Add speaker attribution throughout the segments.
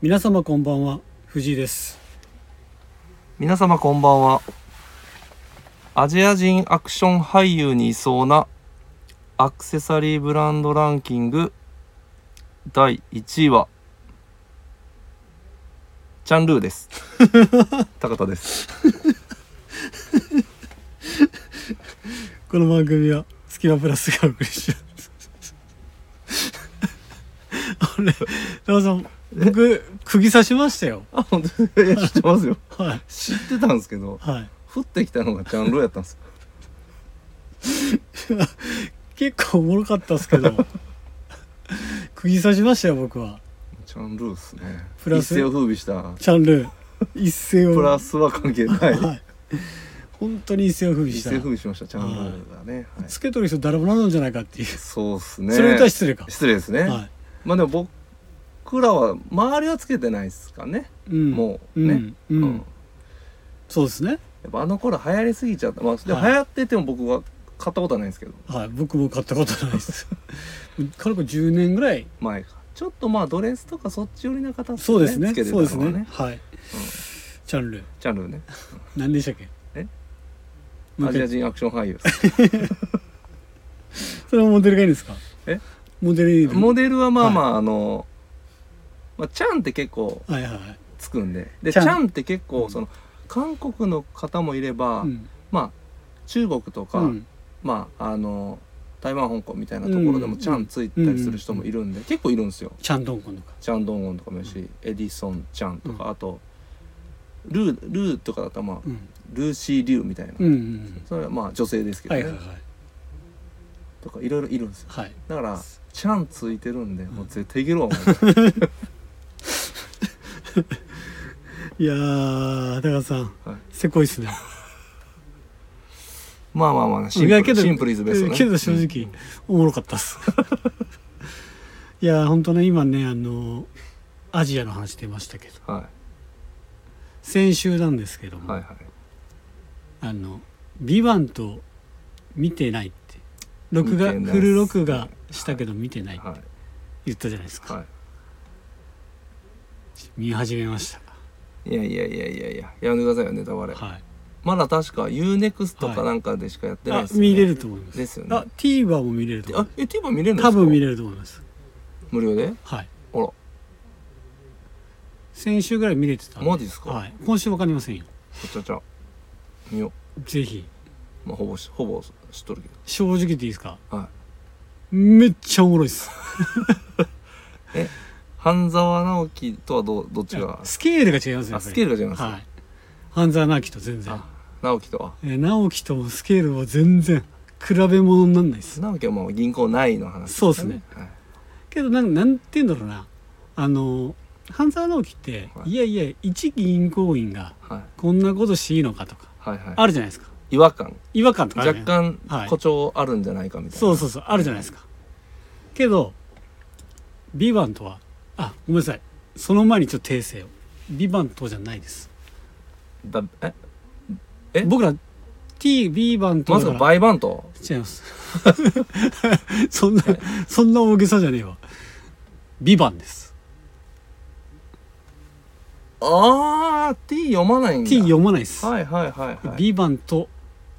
Speaker 1: 皆様こんばんは藤井です
Speaker 2: 皆様こんばんはアジア人アクション俳優にいそうなアクセサリーブランドランキング第1位はチャンルーです 高田です
Speaker 1: この番組はスキマプラスがお送りしますあれ高田さん僕釘刺しましたよ
Speaker 2: あ本当にいや知ってますよ
Speaker 1: はい
Speaker 2: 知ってたんですけど
Speaker 1: はい
Speaker 2: 降ってきたのがチャンルーやったんです
Speaker 1: 結構おもろかったですけど釘刺しましたよ僕は
Speaker 2: チャンルーですね
Speaker 1: プラス
Speaker 2: 一世を風靡した
Speaker 1: チャンル一世を
Speaker 2: プラスは 関係ない、
Speaker 1: はい本当に一世を風靡
Speaker 2: 一
Speaker 1: した
Speaker 2: 世風靡しましたチャンルーがね、はい
Speaker 1: つけとる人誰もなるんじゃないかっていう、
Speaker 2: そうですね
Speaker 1: それに対して失礼か
Speaker 2: 失礼ですね、
Speaker 1: は
Speaker 2: まあでも僕らは周りはつけてないですかね、
Speaker 1: い、うん
Speaker 2: もうね、
Speaker 1: うん、うん
Speaker 2: うん
Speaker 1: そうですね
Speaker 2: やっぱあの頃流行りすぎちゃったまあでも
Speaker 1: はい
Speaker 2: 流行ってても僕は買ったことはないんですけど
Speaker 1: はい僕も買ったことないです かれこれ10年ぐらい
Speaker 2: 前かちょっとまあドレスとかそっち寄りな方っ
Speaker 1: そうですね
Speaker 2: つけてた
Speaker 1: そうです
Speaker 2: のは
Speaker 1: ね
Speaker 2: ね
Speaker 1: はい、チャンル
Speaker 2: ジャンルね
Speaker 1: 何でしたっけ
Speaker 2: え
Speaker 1: もう
Speaker 2: ア
Speaker 1: 一
Speaker 2: ジ
Speaker 1: 回
Speaker 2: ア人アクション俳優
Speaker 1: それもモデルがいいんですか
Speaker 2: え
Speaker 1: モデルいいの
Speaker 2: モデルはまあまあ、あの、まあ、チャンって結構
Speaker 1: はいはいはい、
Speaker 2: つくんでで
Speaker 1: チ
Speaker 2: チ
Speaker 1: ャン
Speaker 2: ャンって結構その韓国の方もいれば、
Speaker 1: うん
Speaker 2: まあ中国とか、
Speaker 1: うん
Speaker 2: まああの台湾香港みたいなところで
Speaker 1: うん
Speaker 2: もチャンついたりする人もいるんで、結構いるんですよ
Speaker 1: チャンドンコンとか
Speaker 2: チャンドンゴンとかもいるし、エディソンちゃんとか、
Speaker 1: う
Speaker 2: あとルールーとかだったらまあ、
Speaker 1: うん
Speaker 2: ルーシー・リュウみたいな、
Speaker 1: うんうん
Speaker 2: それはまあ女性です
Speaker 1: う
Speaker 2: け
Speaker 1: ん
Speaker 2: ど
Speaker 1: は
Speaker 2: ね、
Speaker 1: いはいはい
Speaker 2: とかいろいろいるんですよ
Speaker 1: はい
Speaker 2: だからチャンついてるんでもう絶対いけるわ、 もう
Speaker 1: いやー高田さん、
Speaker 2: はい
Speaker 1: せこいっすね
Speaker 2: まあまあまあ シンプルシンプルイズベストね
Speaker 1: けど正直、おもろかったっす いやーほんとね今ねあのアジアの話出ましたけど
Speaker 2: うんは
Speaker 1: 先週なんですけども、
Speaker 2: いはいはい
Speaker 1: あの「ビバンと見てないって録画
Speaker 2: 見てないっす
Speaker 1: フル録画したけど見てないって
Speaker 2: はい
Speaker 1: 言ったじゃないですか、
Speaker 2: は
Speaker 1: 見始めました
Speaker 2: いいやいやいやいやいややめてくださいよネタバレ、
Speaker 1: はい
Speaker 2: まだ確か UNEXT
Speaker 1: はい
Speaker 2: かなんかでしかやってない
Speaker 1: あ
Speaker 2: ですよね、
Speaker 1: 見れると思います
Speaker 2: ですよね
Speaker 1: あ TVer も見れると思い
Speaker 2: あ
Speaker 1: ま
Speaker 2: え TVer 見れるん
Speaker 1: す
Speaker 2: ですか
Speaker 1: 多分見れると思います
Speaker 2: 無料で
Speaker 1: はい
Speaker 2: あら
Speaker 1: 先週ぐらい見れてたん
Speaker 2: マジっすか
Speaker 1: はい、今週わかりませんよ
Speaker 2: ちゃちゃ見よ
Speaker 1: ぜひ
Speaker 2: う、まあ、ほぼしほぼ知っとるけ
Speaker 1: 正直言っていいですか
Speaker 2: どはい
Speaker 1: めっちゃおもろいっす
Speaker 2: 半沢直樹とはどどっちが
Speaker 1: スケールが違いますね
Speaker 2: あスケールが違います、
Speaker 1: はい半沢直樹と全然
Speaker 2: あ直樹とは
Speaker 1: えー直樹ともスケールは全然比べ物になんないです
Speaker 2: 直樹はもう銀行内の話
Speaker 1: そうですね、
Speaker 2: はい、
Speaker 1: けどなんなんて言うんだろうなあの半沢直樹って、、
Speaker 2: はいい
Speaker 1: やいや一銀行員が
Speaker 2: はい
Speaker 1: こんなことしていいのかとか
Speaker 2: はいはい
Speaker 1: あるじゃないですか
Speaker 2: 違和感
Speaker 1: 違和感とかある
Speaker 2: 若
Speaker 1: じゃない
Speaker 2: 干
Speaker 1: はい
Speaker 2: 誇張あるんじゃないかみたいな、
Speaker 1: そうそうそうあるじゃないですかけど「ビバンとはあごめんなさいその前にちょっと訂正を「ビバンとじゃないです
Speaker 2: だええ
Speaker 1: 僕ら T ビバンと
Speaker 2: ま
Speaker 1: だ
Speaker 2: さ
Speaker 1: か
Speaker 2: からバイバンと
Speaker 1: 違います そんなそんな大げさじゃねえわ「ビバンです
Speaker 2: ああ T 読まないんだ
Speaker 1: T 読まないです
Speaker 2: はいはいはい
Speaker 1: 「
Speaker 2: はい
Speaker 1: ビバンと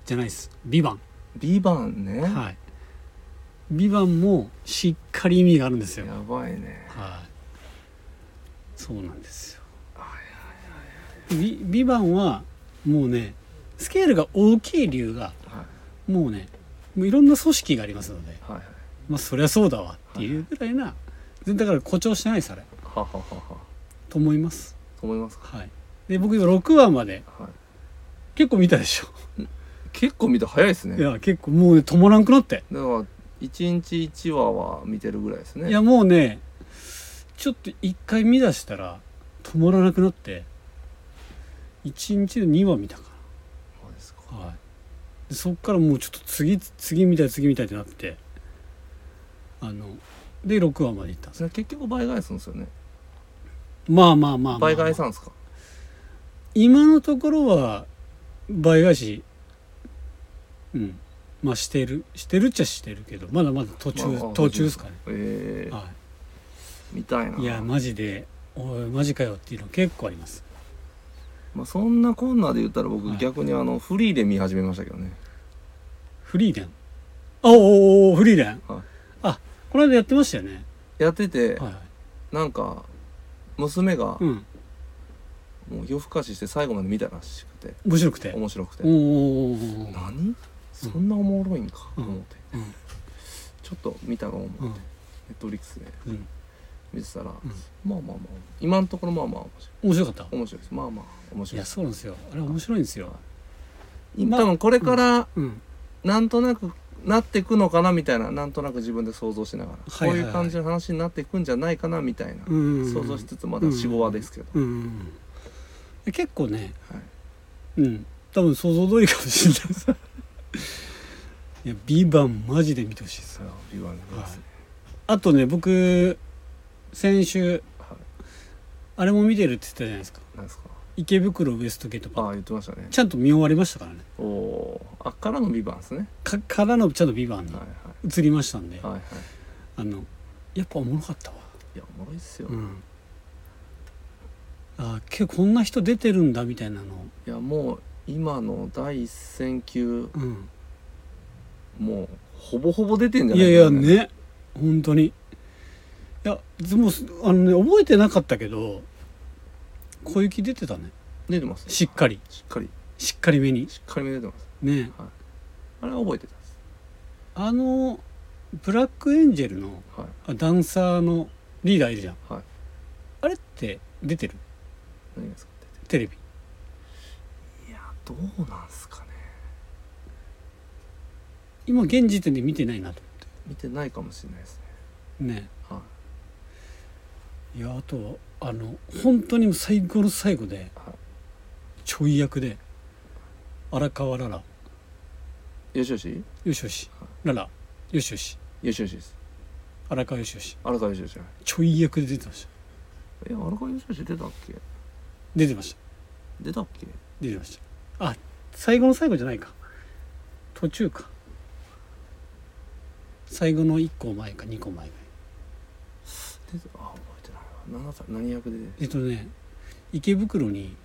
Speaker 1: じゃないです「ビバン
Speaker 2: B 番ね、
Speaker 1: はい「ビバンもしっかり意味があるんですよ
Speaker 2: やばいね
Speaker 1: はいそうなんですよビビバンはもうねスケールが大きい理由が
Speaker 2: は
Speaker 1: もうねもういろんな組織がありますので
Speaker 2: いはいはい
Speaker 1: まあそりゃそうだわっていうぐらいな全然だから誇張してないですあれ
Speaker 2: ははははは
Speaker 1: と思います
Speaker 2: と思いますか
Speaker 1: はいで僕今6話まで
Speaker 2: はい
Speaker 1: 結構見たでしょ
Speaker 2: 結構見た早いですね
Speaker 1: いや結構もうね止まらんくなって
Speaker 2: だから一日一話は見てるぐらいですね
Speaker 1: いやもうねちょっと一回見出したら止まらなくなって1日で2話見たかな
Speaker 2: そうですか
Speaker 1: はい、でそっからもうちょっと次次みたい次みたいってなってあので6話までいったんです
Speaker 2: それ結局倍返すんですよね
Speaker 1: まあまあまあまあまあ、
Speaker 2: 倍返さんですか
Speaker 1: 今のところは倍返しうんまあしてるしてるっちゃしてるけどまだまだ途中、
Speaker 2: まあまあ
Speaker 1: 途中ですかね、
Speaker 2: ええ
Speaker 1: は、
Speaker 2: 見たいない
Speaker 1: いやマジでおいマジかよっていうの結構あります
Speaker 2: まあ、そんなこんなで言ったら
Speaker 1: は
Speaker 2: 僕
Speaker 1: い
Speaker 2: 逆にあのフリーで見始めましたけどね
Speaker 1: フリーデンあおーおーおーフリーデン、
Speaker 2: はい
Speaker 1: あこの間やってましたよね
Speaker 2: やってて
Speaker 1: はいはい
Speaker 2: なんか娘が
Speaker 1: うん
Speaker 2: もう夜更かしして最後まで見たらしくて
Speaker 1: 面白くて
Speaker 2: 面白くて
Speaker 1: おーおーおーおー
Speaker 2: 何そんなおもろいんかと思って
Speaker 1: うん
Speaker 2: ちょっと見たろう思って
Speaker 1: う
Speaker 2: ネ
Speaker 1: ん
Speaker 2: ットフリックスで
Speaker 1: うん
Speaker 2: 見てたらまあまあまあ今のところまあまあ面白
Speaker 1: 面白かった
Speaker 2: い面白いですまあまあ面
Speaker 1: い
Speaker 2: 白い
Speaker 1: や
Speaker 2: です
Speaker 1: そうなんですよあれ面白いんですよまあ
Speaker 2: 多分これから
Speaker 1: うん
Speaker 2: なんとなくなってくのかなみたいななんとなく自分で想像しながら
Speaker 1: は
Speaker 2: こ
Speaker 1: いうはい
Speaker 2: い
Speaker 1: はいう
Speaker 2: 感じの話になっていくんじゃないかなみたいな
Speaker 1: うん
Speaker 2: 想像しつつまだ45話ですけど
Speaker 1: うんうんうんで結構ね
Speaker 2: はい
Speaker 1: うん多分想像通りかもしれないですいや「ビバンマジで見てほしいです
Speaker 2: さあビワンですね
Speaker 1: あとね僕先週
Speaker 2: はい
Speaker 1: あれも見てるって言ってたじゃないですか
Speaker 2: 何ですか
Speaker 1: 池袋ウエストゲート
Speaker 2: あ
Speaker 1: パー
Speaker 2: あ
Speaker 1: ク
Speaker 2: 言ってましたね
Speaker 1: ちゃんと見終わりましたからね
Speaker 2: おおーあっからのビバンですね
Speaker 1: かからのちゃんと「ビバンに
Speaker 2: はいは
Speaker 1: 移りましたんで、
Speaker 2: いはいはい
Speaker 1: あのやっぱおもろかったわ
Speaker 2: いやおもろいっすよ
Speaker 1: うんあ結構こんな人出てるんだみたいなの
Speaker 2: いやもう今の第一線級
Speaker 1: うん
Speaker 2: もうほぼほぼ出てんじゃ
Speaker 1: い
Speaker 2: ない
Speaker 1: やい
Speaker 2: か
Speaker 1: や
Speaker 2: な
Speaker 1: ね本当にいやでもすあのね覚えてなかったけど小雪出てたね
Speaker 2: 出てます
Speaker 1: しっかり
Speaker 2: しっかり
Speaker 1: しっかりめに
Speaker 2: しっかりめ出てます
Speaker 1: ね
Speaker 2: あれは覚えてたんです
Speaker 1: あのブラックエンジェルの
Speaker 2: はい
Speaker 1: あダンサーのリーダーいるじゃん
Speaker 2: はい
Speaker 1: あれって出てる
Speaker 2: 何がですか
Speaker 1: テレビ
Speaker 2: いやどうなんすかね
Speaker 1: 今現時点で見てないなと
Speaker 2: 見てないかもしれないですね
Speaker 1: 思ってね
Speaker 2: はい
Speaker 1: やあとあの本当に最後の最後で
Speaker 2: はい
Speaker 1: ちょい役で荒川ララ
Speaker 2: いよしよし
Speaker 1: よしよし
Speaker 2: は
Speaker 1: ララよしよし
Speaker 2: よしよしです
Speaker 1: 荒川よしよし
Speaker 2: 荒川よしよしじゃない
Speaker 1: ちょい役で出てました
Speaker 2: え荒川よしよし出たっけ
Speaker 1: 出てました
Speaker 2: 出たっけ
Speaker 1: 出てましたあ最後の最後じゃないか途中か最後の1個前か2個前か
Speaker 2: 出てあ覚えてないわ何歳何役で
Speaker 1: えっとね池袋に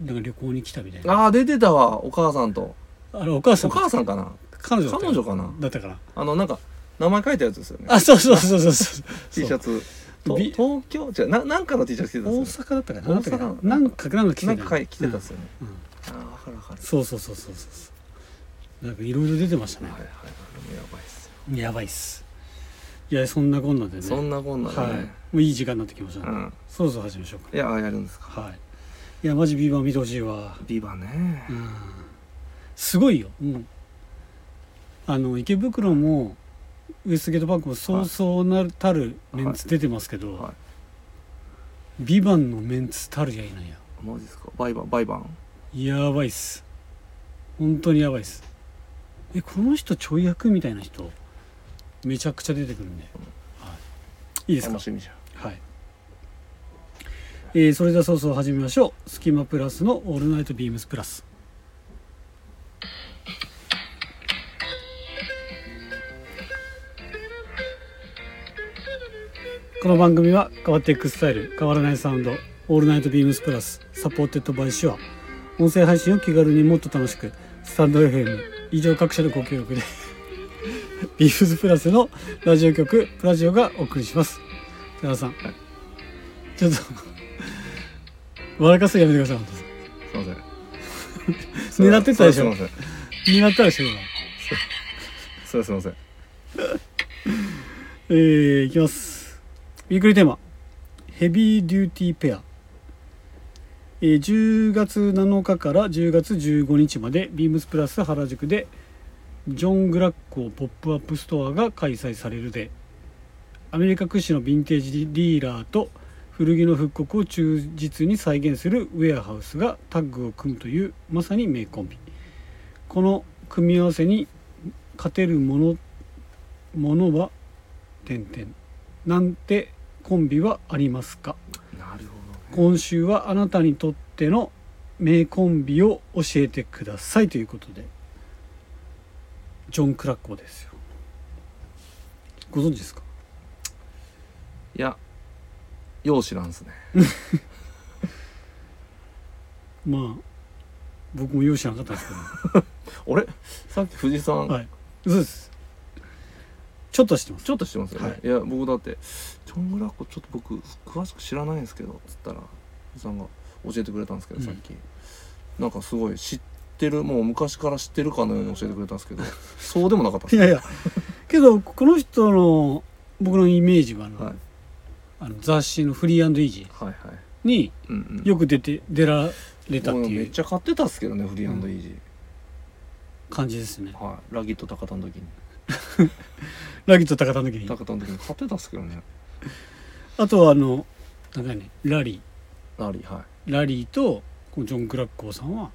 Speaker 1: なんか旅行に来たみたいな
Speaker 2: ああ出てたわお母さんと
Speaker 1: あれお母さ
Speaker 2: お
Speaker 1: ん
Speaker 2: 母さんかな
Speaker 1: 彼女だった
Speaker 2: 彼女かな
Speaker 1: だったから
Speaker 2: あのなんか名前書いたやつですよね
Speaker 1: あそうそうそうそうそう
Speaker 2: T シャツと
Speaker 1: び
Speaker 2: 東京違うななんかの T シャツ着てた
Speaker 1: 大
Speaker 2: んですよね
Speaker 1: 阪だったかななんだったか
Speaker 2: 大阪
Speaker 1: ななんかなんか着てた
Speaker 2: な
Speaker 1: よ
Speaker 2: んか着てたんですよね
Speaker 1: うんうん
Speaker 2: ああ分かる分かる
Speaker 1: そうそうそうそうそうそうなんかいろいろ出てましたね
Speaker 2: はいはいはいやばいっすよ
Speaker 1: やばいっすいやそんなこんなでね
Speaker 2: そんなこんなで
Speaker 1: はい
Speaker 2: ね
Speaker 1: もういい時間になってきましたね、
Speaker 2: うん
Speaker 1: そろそろ始めましょうか
Speaker 2: いやあやるんですか
Speaker 1: はいいやマジビーバー見てほしいわ
Speaker 2: ビバね
Speaker 1: うんすごいよもうあの池袋もウエストゲートパークもそうそうなるたるメンツ出てますけど、
Speaker 2: はいはい
Speaker 1: ビバンのメンツたるやいないや
Speaker 2: マジですかバイバンバイバン
Speaker 1: やばいっす本当にやばいっすえこの人ちょい役みたいな人めちゃくちゃ出てくるんで、はい、いいですか
Speaker 2: 楽しみじゃん
Speaker 1: はい、えーそれでは早々始めましょう「スキマプラスのオールナイトビームスプラス」この番組は変わっていくスタイル変わらないサウンド「オールナイトビームスプラス」サポーテッドバイシュア音声配信を気軽にもっと楽しくスタンド FM 以上各社のご協力でビームスプラスのラジオ局プラジオがお送りします寺田さん、ちょっと笑かすのやめてください本当に
Speaker 2: す いません
Speaker 1: 狙ってたでし
Speaker 2: それ
Speaker 1: ょ
Speaker 2: はすいません
Speaker 1: 狙ったらしてください
Speaker 2: それはすいません
Speaker 1: えー、いきますウィークリーテーマヘビーデューティーペア、えー10月7日から10月15日までビームスプラス原宿でジョン・グラッコーポップアップストアが開催されるでアメリカ屈指のヴィンテージディーラーと古着の復刻を忠実に再現するウェアハウスがタッグを組むというまさに名コンビこの組み合わせに勝てるものものは点々なんてコンビはありますか
Speaker 2: なるほどね
Speaker 1: 今週はあなたにとっての名コンビを教えてくださいということでジョン・クラッコーですよご存知ですか
Speaker 2: いやよう知らんですね
Speaker 1: まあ僕も用意しなかったんですけど
Speaker 2: あれさっき藤井さん、
Speaker 1: はいそうですちょっと知ってます
Speaker 2: ちょっと知ってますよね、
Speaker 1: はい
Speaker 2: い、や僕だってチョングラッコちょっと僕詳しく知らないんですけどつったら藤井さんが教えてくれたんですけど、
Speaker 1: うん
Speaker 2: さっきなんかすごい知ってるもう昔から知ってるかのように教えてくれたんです けどそうでもなかったです
Speaker 1: いやいやけどこの人の僕のイメージはあの,、
Speaker 2: はい
Speaker 1: あの雑誌の「フリーイージー
Speaker 2: はいはい」
Speaker 1: に
Speaker 2: うんうん
Speaker 1: よく出て出られたって
Speaker 2: 僕め
Speaker 1: い
Speaker 2: っ
Speaker 1: う
Speaker 2: ちゃ買ってたっすけどねフリーイージー、
Speaker 1: 感じですね
Speaker 2: はい、ラギット高田の時に
Speaker 1: ラギット高田の時に
Speaker 2: 高田の時に買ってたっすけどね
Speaker 1: あとはあのなんかねラリ
Speaker 2: ラリーはい
Speaker 1: ーラリーとこのジョン・グラッコーさんは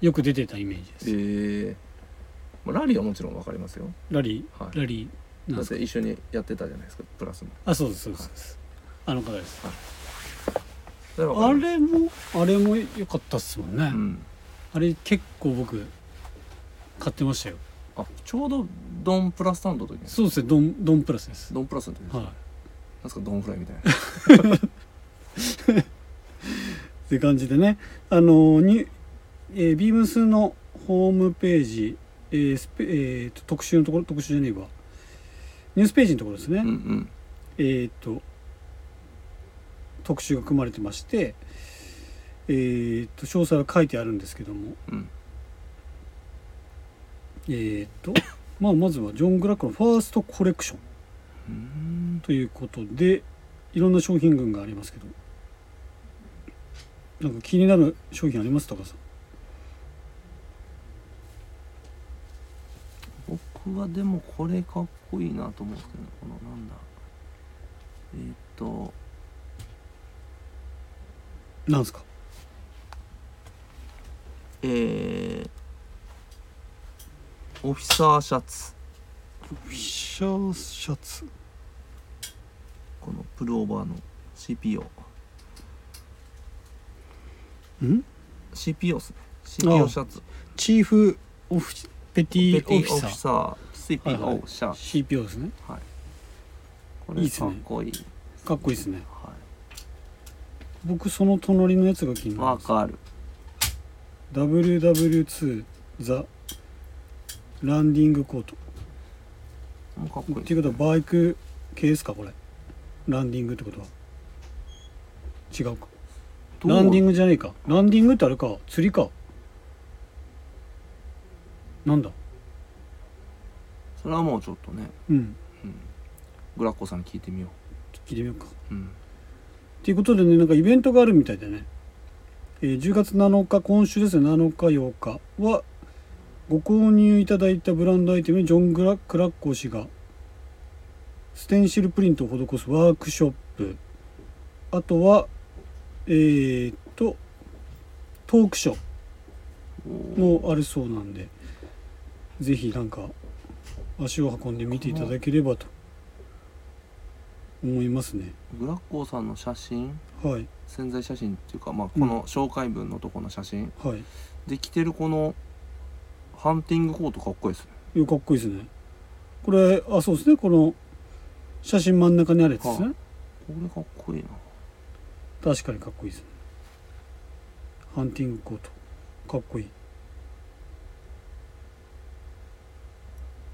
Speaker 1: よく出てたイメージです、
Speaker 2: ええラリーはもちろんわかりますよ
Speaker 1: ラリ
Speaker 2: はい
Speaker 1: ーラリーなんで
Speaker 2: だっ
Speaker 1: すか
Speaker 2: て一緒にやってたじゃないですかプラスも
Speaker 1: あそうですそうですそうですあの方です
Speaker 2: だから
Speaker 1: あ
Speaker 2: わかりま
Speaker 1: れもあれも良かったっすもんね、
Speaker 2: すうん
Speaker 1: あれ結構僕買ってましたよ
Speaker 2: あちょうどドンプラスタンドの時に
Speaker 1: そうですねドンドンプラスです
Speaker 2: ドンプラスの時です、
Speaker 1: はい
Speaker 2: な
Speaker 1: っ
Speaker 2: んですかドンフライみたいな
Speaker 1: て感じでねあのに、えー、ビームスのホームページ、えースペえーと特集のところ特集じゃねえわニュースページのところですね、
Speaker 2: うんうん
Speaker 1: えー、と特集が組まれてまして、えー、と詳細は書いてあるんですけども、
Speaker 2: うん
Speaker 1: えー、と、まあ、まずはジョン・グラックのファーストコレクション
Speaker 2: うーん
Speaker 1: ということでいろんな商品群がありますけどなんか気になる商品あります高さん
Speaker 2: 僕はでもこれかっこいいなと思うんですけど、ね、このなんだえーっと
Speaker 1: なんですか
Speaker 2: えー、オフィサーシャツ
Speaker 1: フィッシャーシャツ
Speaker 2: このプルオーバーの CPO
Speaker 1: ん
Speaker 2: CPO っすね
Speaker 1: ああ
Speaker 2: CPO シャツ
Speaker 1: チーフオフィペティ
Speaker 2: ペ
Speaker 1: オ
Speaker 2: ティ
Speaker 1: フィ
Speaker 2: オフ
Speaker 1: サ
Speaker 2: ィ
Speaker 1: ー
Speaker 2: サー
Speaker 1: はいはい
Speaker 2: CPO シャツ
Speaker 1: CPO ですね
Speaker 2: はいこ
Speaker 1: いい
Speaker 2: れ
Speaker 1: っす
Speaker 2: か
Speaker 1: ね
Speaker 2: っこいい
Speaker 1: かっこいいですね
Speaker 2: は
Speaker 1: 僕その隣のやつが気にな
Speaker 2: い
Speaker 1: り
Speaker 2: わ
Speaker 1: ます
Speaker 2: かる
Speaker 1: WW2 ザランディングコート
Speaker 2: もうかっこいい
Speaker 1: っていうことはバイク系ですかこれランディングってことは違うかランディン
Speaker 2: グ
Speaker 1: グじゃねえかランディングってあれか釣りかなんだ
Speaker 2: それはもうちょっとね
Speaker 1: うん
Speaker 2: グラッコさんに聞いてみよ
Speaker 1: ちょっと聞いてみようか
Speaker 2: ううん
Speaker 1: っていうことでねなんかイベントがあるみたいでね、えー10月7日今週ですね7日8日はご購入いただいたブランドアイテムにジョン・グラクラッコ氏がステンシルプリントを施すワークショップあとはえーっとトークショ
Speaker 2: おー
Speaker 1: ーもあるそうなんでぜひなんか足を運んで見ていただければと思いますね
Speaker 2: グラッコさんの写真
Speaker 1: はい
Speaker 2: 潜在写真っていうか、まあ、この紹介文のとこの写真、
Speaker 1: はい
Speaker 2: で着てるこのハンティングコートかっこいいですね
Speaker 1: いやかっこいいですねこれあそうですねこの写真真ん中にあるやつですね、
Speaker 2: はこれかっこいいな
Speaker 1: 確かにかっこいいですねハンティングコートかっこいい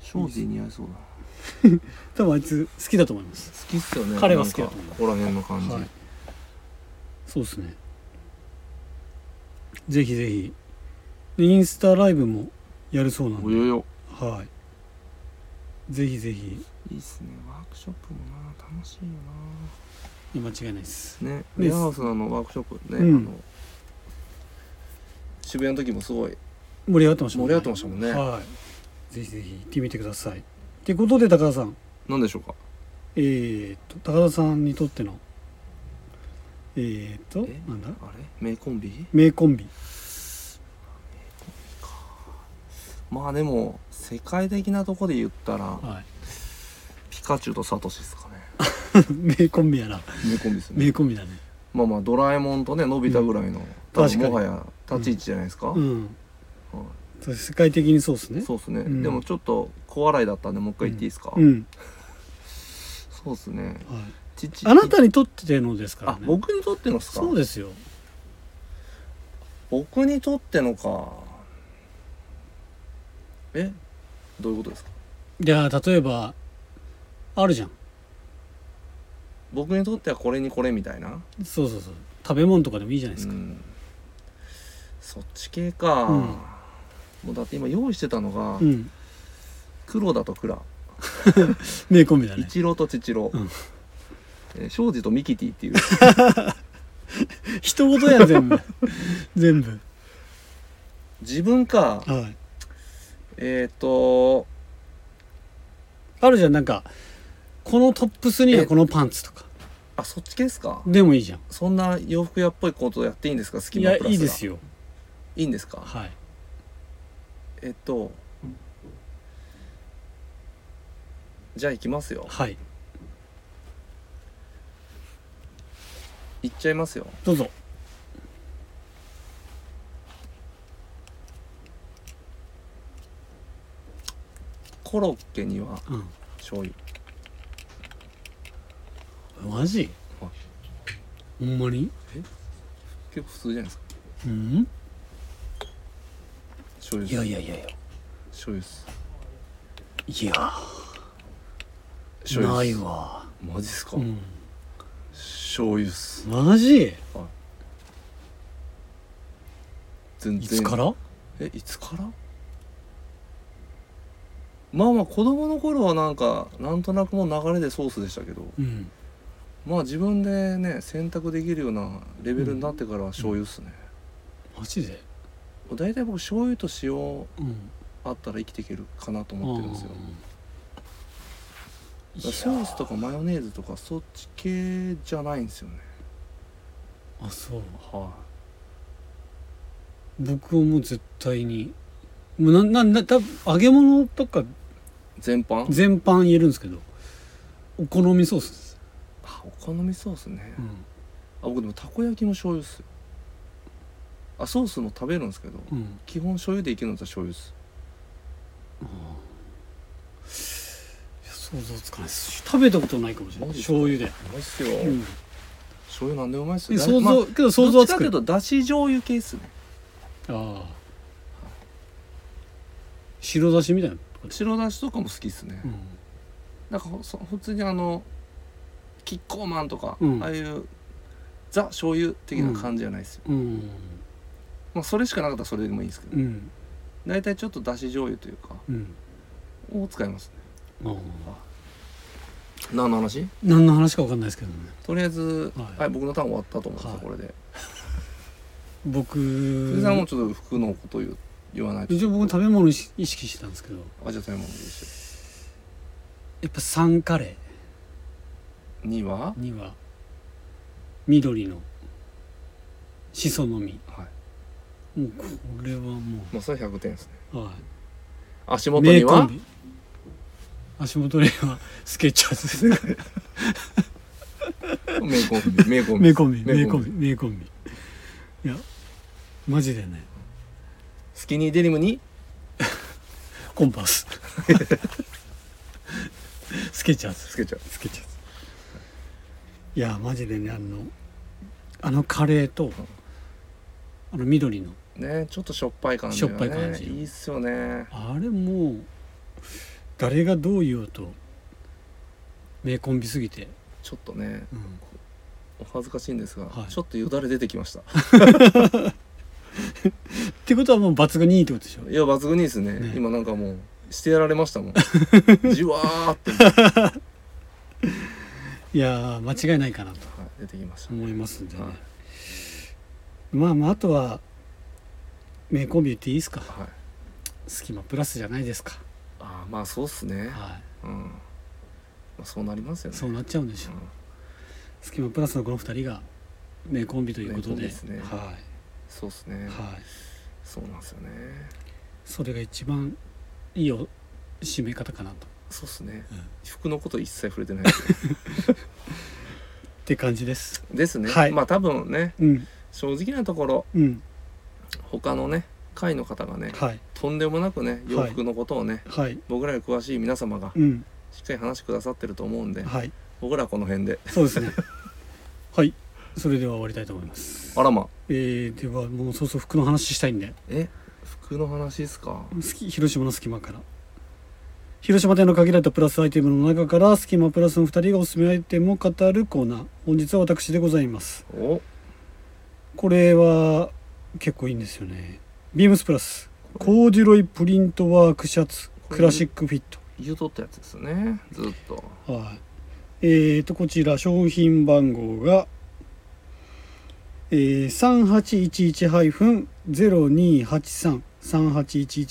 Speaker 2: ショーティー似合いそうだな
Speaker 1: 多分あいつ好きだと思います
Speaker 2: 好きっすよね
Speaker 1: 彼は好きだ
Speaker 2: なん
Speaker 1: と
Speaker 2: か
Speaker 1: 思う
Speaker 2: ここら辺の感じ、
Speaker 1: はいそうですねぜひぜひでインスタライブもやるそうなん
Speaker 2: お
Speaker 1: で
Speaker 2: よよ
Speaker 1: はいぜひぜひ
Speaker 2: いいっすねワークショップもな楽しいよ
Speaker 1: いや間違いないです
Speaker 2: なねレアハウスのあのワークショップね、
Speaker 1: うん
Speaker 2: あの渋谷の時もすごい
Speaker 1: 盛り上がってました
Speaker 2: 盛り上がってましたもんね、
Speaker 1: はいぜひぜひ行ってみてくださいということで高田さん
Speaker 2: なんでしょうか
Speaker 1: えー、と高田さんにとってのえー、と
Speaker 2: え
Speaker 1: なんだ
Speaker 2: あれ名コンビ
Speaker 1: 名コンビ
Speaker 2: まあでも世界的なとこで言ったら
Speaker 1: はい
Speaker 2: ピカチュウとサトシですかね
Speaker 1: 名コンビやな
Speaker 2: 名コンビですね
Speaker 1: 名コンビだね
Speaker 2: まあまあドラえもんとねのび太ぐらいの、多
Speaker 1: 確
Speaker 2: 分
Speaker 1: かに
Speaker 2: もはや立ち位置じゃないですか、
Speaker 1: うん
Speaker 2: は
Speaker 1: そう世界的にそうです
Speaker 2: い
Speaker 1: ね
Speaker 2: そうですね、
Speaker 1: うん
Speaker 2: でもちょっと小笑いだったんでもう一回言っていいですか、
Speaker 1: うん
Speaker 2: そうですね
Speaker 1: は
Speaker 2: 父
Speaker 1: あなたにとってのですから
Speaker 2: あ
Speaker 1: ね
Speaker 2: 僕にとってのっすか
Speaker 1: そうですよ
Speaker 2: 僕にとってのかえどういうことですか
Speaker 1: いや例えばあるじゃん
Speaker 2: 僕にとってはこれにこれみたいな
Speaker 1: そうそうそう食べ物とかでもいいじゃないですか、
Speaker 2: うんそっち系か、
Speaker 1: うん
Speaker 2: もうだって今用意してたのが、
Speaker 1: うん
Speaker 2: 黒田と倉
Speaker 1: 名コンビだね
Speaker 2: 一郎と父郎、
Speaker 1: うん
Speaker 2: えー庄司とミキティっていう
Speaker 1: 一言 やん全部全部
Speaker 2: 自 分か
Speaker 1: はい
Speaker 2: えっ、と
Speaker 1: あるじゃんなんかこのトップスには
Speaker 2: え
Speaker 1: このパンツとか
Speaker 2: あそっち系ですか
Speaker 1: でもいいじゃん
Speaker 2: そんな洋服屋っぽいことやっていいんですかスキ
Speaker 1: い
Speaker 2: マ
Speaker 1: や
Speaker 2: プラスが
Speaker 1: いいですよ
Speaker 2: いいんですか
Speaker 1: はい
Speaker 2: えっとじゃあ行きますよ
Speaker 1: はい
Speaker 2: 行っちゃいますよ
Speaker 1: どうぞ
Speaker 2: コロッケには
Speaker 1: う
Speaker 2: 醤油
Speaker 1: んマジ
Speaker 2: はい
Speaker 1: ほんまに
Speaker 2: 結構普通じゃないですか
Speaker 1: うん
Speaker 2: 醤
Speaker 1: いや
Speaker 2: 油っ
Speaker 1: いやいやいや
Speaker 2: す醤油っす
Speaker 1: いや
Speaker 2: 醤油っ
Speaker 1: な
Speaker 2: す
Speaker 1: いわ
Speaker 2: マジっすか、
Speaker 1: うん
Speaker 2: 醤油っす
Speaker 1: マジ
Speaker 2: 全
Speaker 1: い
Speaker 2: 然
Speaker 1: つから
Speaker 2: えいつからまあまあ子供の頃はなんかなんとなくもう流れでソースでしたけど
Speaker 1: うん
Speaker 2: まあ自分でね選択できるようなレベルになってからは醤油っすね、
Speaker 1: マジで
Speaker 2: 大体僕醤油と塩
Speaker 1: うん
Speaker 2: あったら生きていけるかなと
Speaker 1: あ
Speaker 2: 思ってるんですよだ
Speaker 1: ー
Speaker 2: からソースとかマヨネーズとかそっち系じゃないんですよね
Speaker 1: あそう
Speaker 2: は
Speaker 1: 僕はもう絶対にもうなんなんな多分揚げ物とか
Speaker 2: い全般
Speaker 1: 全般言えるんですけどお好みソースです、
Speaker 2: あお好みソースね、
Speaker 1: う
Speaker 2: あ
Speaker 1: ん
Speaker 2: 僕でもたこ焼きも醤油っすよあソースも食べるんですけど、
Speaker 1: うん、
Speaker 2: 基本醤油でいけるんだったら醤油っす
Speaker 1: いや想像つかないです食べたことないかもしれない
Speaker 2: マジです
Speaker 1: 醤
Speaker 2: か
Speaker 1: 油で、
Speaker 2: うまいっすよ、
Speaker 1: うん、
Speaker 2: 醤油なんでもうまいっす
Speaker 1: え
Speaker 2: よ
Speaker 1: 想像、
Speaker 2: まあ
Speaker 1: けど想像はつ
Speaker 2: どっちかと
Speaker 1: く
Speaker 2: いうとだし醤油系っすね
Speaker 1: ああ白だしみたいなこと
Speaker 2: 白だしとかも好きっすね、
Speaker 1: うん
Speaker 2: なんかほそ普通にあのキッコーマンとか、
Speaker 1: うん
Speaker 2: ああいうザ醤油的な感じじゃないですよ、
Speaker 1: うん
Speaker 2: まあそれしかなかったらそれでもいいんですけど、
Speaker 1: うん
Speaker 2: 大体ちょっとだし醤油というか
Speaker 1: うん
Speaker 2: を使います
Speaker 1: あ
Speaker 2: ね
Speaker 1: あ
Speaker 2: 何の話
Speaker 1: 何の話か分かんないですけどね
Speaker 2: とりあえず、
Speaker 1: は
Speaker 2: はいい僕のターン終わったと思うんですよ、
Speaker 1: はい
Speaker 2: これで
Speaker 1: 僕
Speaker 2: 藤井さんもちょっと服のことを言う言わないと
Speaker 1: 一応僕食べ物意識意識してたんですけど
Speaker 2: あじゃあ食べ物でいいです
Speaker 1: やっぱサンカレ
Speaker 2: よ2は
Speaker 1: ーには緑のしその実
Speaker 2: はい
Speaker 1: もうこれはも
Speaker 2: まあそれ100点ですね
Speaker 1: うはい
Speaker 2: 足元には
Speaker 1: ビ足元にはスケッチャー ズ
Speaker 2: 名コンビ名コンビ
Speaker 1: 名コンビ名
Speaker 2: 名
Speaker 1: コ
Speaker 2: コ
Speaker 1: ン
Speaker 2: ン
Speaker 1: ビ名コンビいやマジでね
Speaker 2: スキニーデニムに
Speaker 1: コンパス スケッチャーズ
Speaker 2: つけちゃう
Speaker 1: スケッチャーズいやマジでねあのあのカレーとあの緑の
Speaker 2: ねちょっとしょっぱい感じがね
Speaker 1: しょっぱい感じ
Speaker 2: いいっすよね
Speaker 1: あれもう誰がどう言おうと名コンビすぎて、
Speaker 2: ちょっとね
Speaker 1: うん
Speaker 2: お恥ずかしいんですが、
Speaker 1: はい
Speaker 2: ちょっとよだれ出てきました
Speaker 1: ってことはもう抜群にいいってことでしょ
Speaker 2: いや抜群にですね
Speaker 1: ね
Speaker 2: 今なんかもうしてやられま したもんじわーって、
Speaker 1: いやー間違いないかなと
Speaker 2: はい、出てきました、
Speaker 1: 思いますんでね、
Speaker 2: はい
Speaker 1: まあまああとは名コンビ言っていいですか
Speaker 2: はい、
Speaker 1: スキマプラスじゃないですか
Speaker 2: あーまあそうっすね、
Speaker 1: は
Speaker 2: うんまあ、そうなりますよ
Speaker 1: い
Speaker 2: ね
Speaker 1: そうなっちゃうんでしょう
Speaker 2: うん
Speaker 1: スキマプラスのこの二人が名コンビということで
Speaker 2: 名コンビですね
Speaker 1: は
Speaker 2: そうっす
Speaker 1: い、
Speaker 2: ね、
Speaker 1: はい、
Speaker 2: そうなんですよね
Speaker 1: それが一番いいお締め方かなと
Speaker 2: そうっすね、
Speaker 1: うん
Speaker 2: 服のこと一切触れてない ですよ
Speaker 1: って感じです
Speaker 2: ですね、
Speaker 1: はい
Speaker 2: まあ多分ね
Speaker 1: うん
Speaker 2: 正直なところ
Speaker 1: うん
Speaker 2: 他のね会の方がね
Speaker 1: はい
Speaker 2: とんでもなくね洋服のことをね、
Speaker 1: はい
Speaker 2: 僕らより詳しい皆様が
Speaker 1: うん
Speaker 2: しっかり話してくださってると思うんで、
Speaker 1: はい
Speaker 2: 僕らこの辺で
Speaker 1: そうですね はいそれでは終わりたいと思います
Speaker 2: あらま
Speaker 1: えー、ではもうそうそう服の話したいんで
Speaker 2: え服の話ですか
Speaker 1: 好き広島の隙間から広島店の限られたプラスアイテムの中から隙間プラスの2人がおすすめアイテムを語るコーナー本日は私でございます
Speaker 2: お
Speaker 1: これは結構いいんですよねビームスプラスコーデュロイプリントワークシャツクラシックフィット
Speaker 2: 言うとったやつですねずっと
Speaker 1: はい。えー、と、こちら、商品番号が、えー、3811-0283。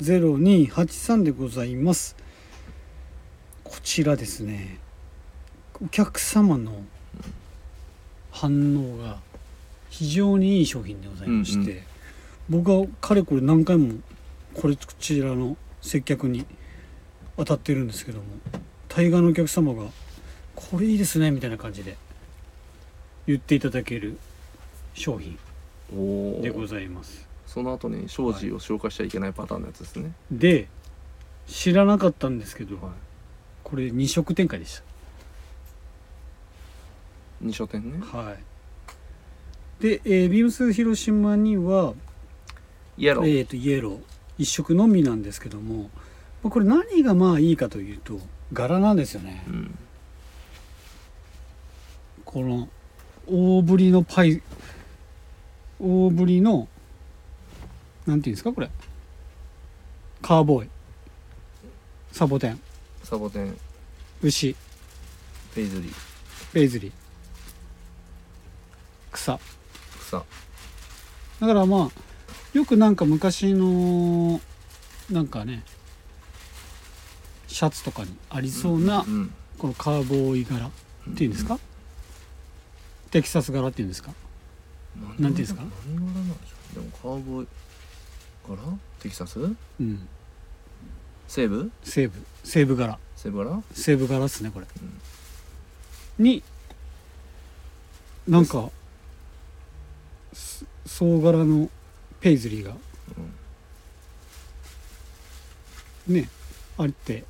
Speaker 1: 3811-0283でございます。こちらですね、お客様の反応が非常にいい商品でございまして、僕はかれこれ何回もこれこちらの接客に当たってるんですけども対岸のお客様が「これいいですね」みたいな感じで言っていただける商品
Speaker 2: お
Speaker 1: でご
Speaker 2: お
Speaker 1: ざいます
Speaker 2: その後に庄司を紹介しちゃいけないパターンのやつですね、
Speaker 1: で知らなかったんですけど
Speaker 2: は
Speaker 1: これ2色展開でし
Speaker 2: い、2書店ね
Speaker 1: たはいで、えービームス広島には
Speaker 2: イエロー、
Speaker 1: えー、とイエロー1色のみなんですけどもまあこれ何がまあいいかというと柄なんですよね
Speaker 2: うん
Speaker 1: この大ぶりのパイ大ぶりのなんていうんですかこれカーボーイサボテン
Speaker 2: サボテン
Speaker 1: 牛
Speaker 2: ペイズリー
Speaker 1: ベイズリー草
Speaker 2: 草
Speaker 1: だからまあよくなんか昔のなんかねシャツとかにありそうな、
Speaker 2: ん
Speaker 1: このカーボーイ柄っていうんですか、テキサス柄っていうんですか
Speaker 2: 何
Speaker 1: なんていうんですか
Speaker 2: 何柄なんでしょうでもカーボーイ柄テキサス
Speaker 1: うん
Speaker 2: 西部
Speaker 1: 西部西部柄
Speaker 2: 西部柄
Speaker 1: セーブ柄っすねこれ、になんかす総柄のペイズリーが、ねあれって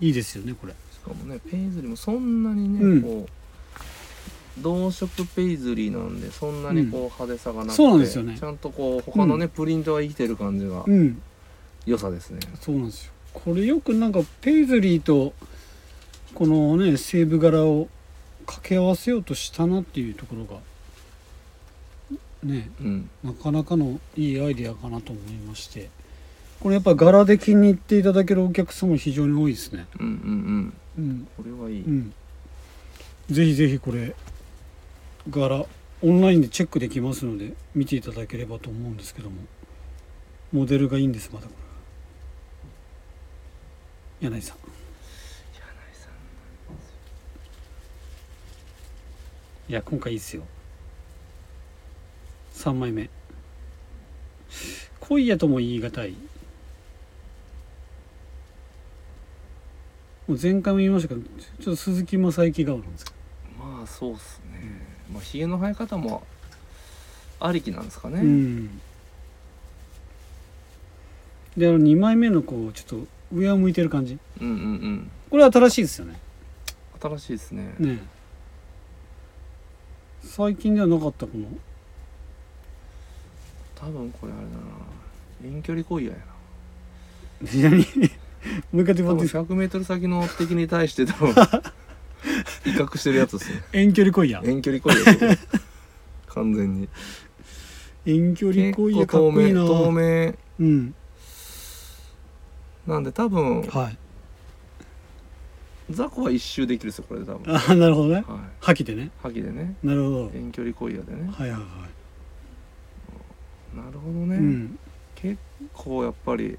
Speaker 1: いいですよねこれ
Speaker 2: しかもねペイズリーもそんなにね、
Speaker 1: うん
Speaker 2: こう同色ペイズリーなんでそんなにこう派手さがなくて、
Speaker 1: そうなんですよね
Speaker 2: ちゃんとこう他のね、プリントが生きてる感じが
Speaker 1: うん
Speaker 2: 良さですね、
Speaker 1: そうなんですよこれよくなんかペイズリーとこのねセーブ柄を掛け合わせようとしたなっていうところがね
Speaker 2: うん、
Speaker 1: なかなかのいいアイデアかなと思いましてこれやっぱ柄で気に入っていただけるお客様非常に多いですね
Speaker 2: うんうんうん
Speaker 1: うん、
Speaker 2: これはいい、
Speaker 1: うん、ぜひぜひこれ柄オンラインでチェックできますので見ていただければと思うんですけどもモデルがいいんですまだこれ柳井さんいや今回いいですよ3枚目濃いやとも言い難いもう前回も言いましたけどちょちょっと鈴木正幸顔なんですけ
Speaker 2: まあそうっすね、まあひげの生え方もありきなんですかね、
Speaker 1: どうんであの2枚目のこうちょっと上を向いてる感じ
Speaker 2: うんうんうん
Speaker 1: これ新しいですよね
Speaker 2: 新しいですね
Speaker 1: ねえ最近ではなかったこの
Speaker 2: 多分これあれだな遠距離恋愛やな
Speaker 1: ちな みにもう一回言っても
Speaker 2: 多
Speaker 1: らっていいで
Speaker 2: 分
Speaker 1: すか
Speaker 2: 100m 先の敵に対して 多分威嚇してるやつですね
Speaker 1: 遠距離恋や
Speaker 2: 遠距離恋愛ですよこれ完全に
Speaker 1: 遠距離
Speaker 2: 結
Speaker 1: 恋や
Speaker 2: 構
Speaker 1: かっ
Speaker 2: 透
Speaker 1: こいいな
Speaker 2: 明透明
Speaker 1: うん
Speaker 2: なんで多分
Speaker 1: はい
Speaker 2: 雑魚は一周できるですよこれで多 分
Speaker 1: ああなるほどね
Speaker 2: はい
Speaker 1: 覇気でね
Speaker 2: 覇気でね
Speaker 1: なるほど
Speaker 2: 遠距離恋愛でね
Speaker 1: はいはいはい、
Speaker 2: なるほどね、
Speaker 1: うん
Speaker 2: 結構やっぱりレ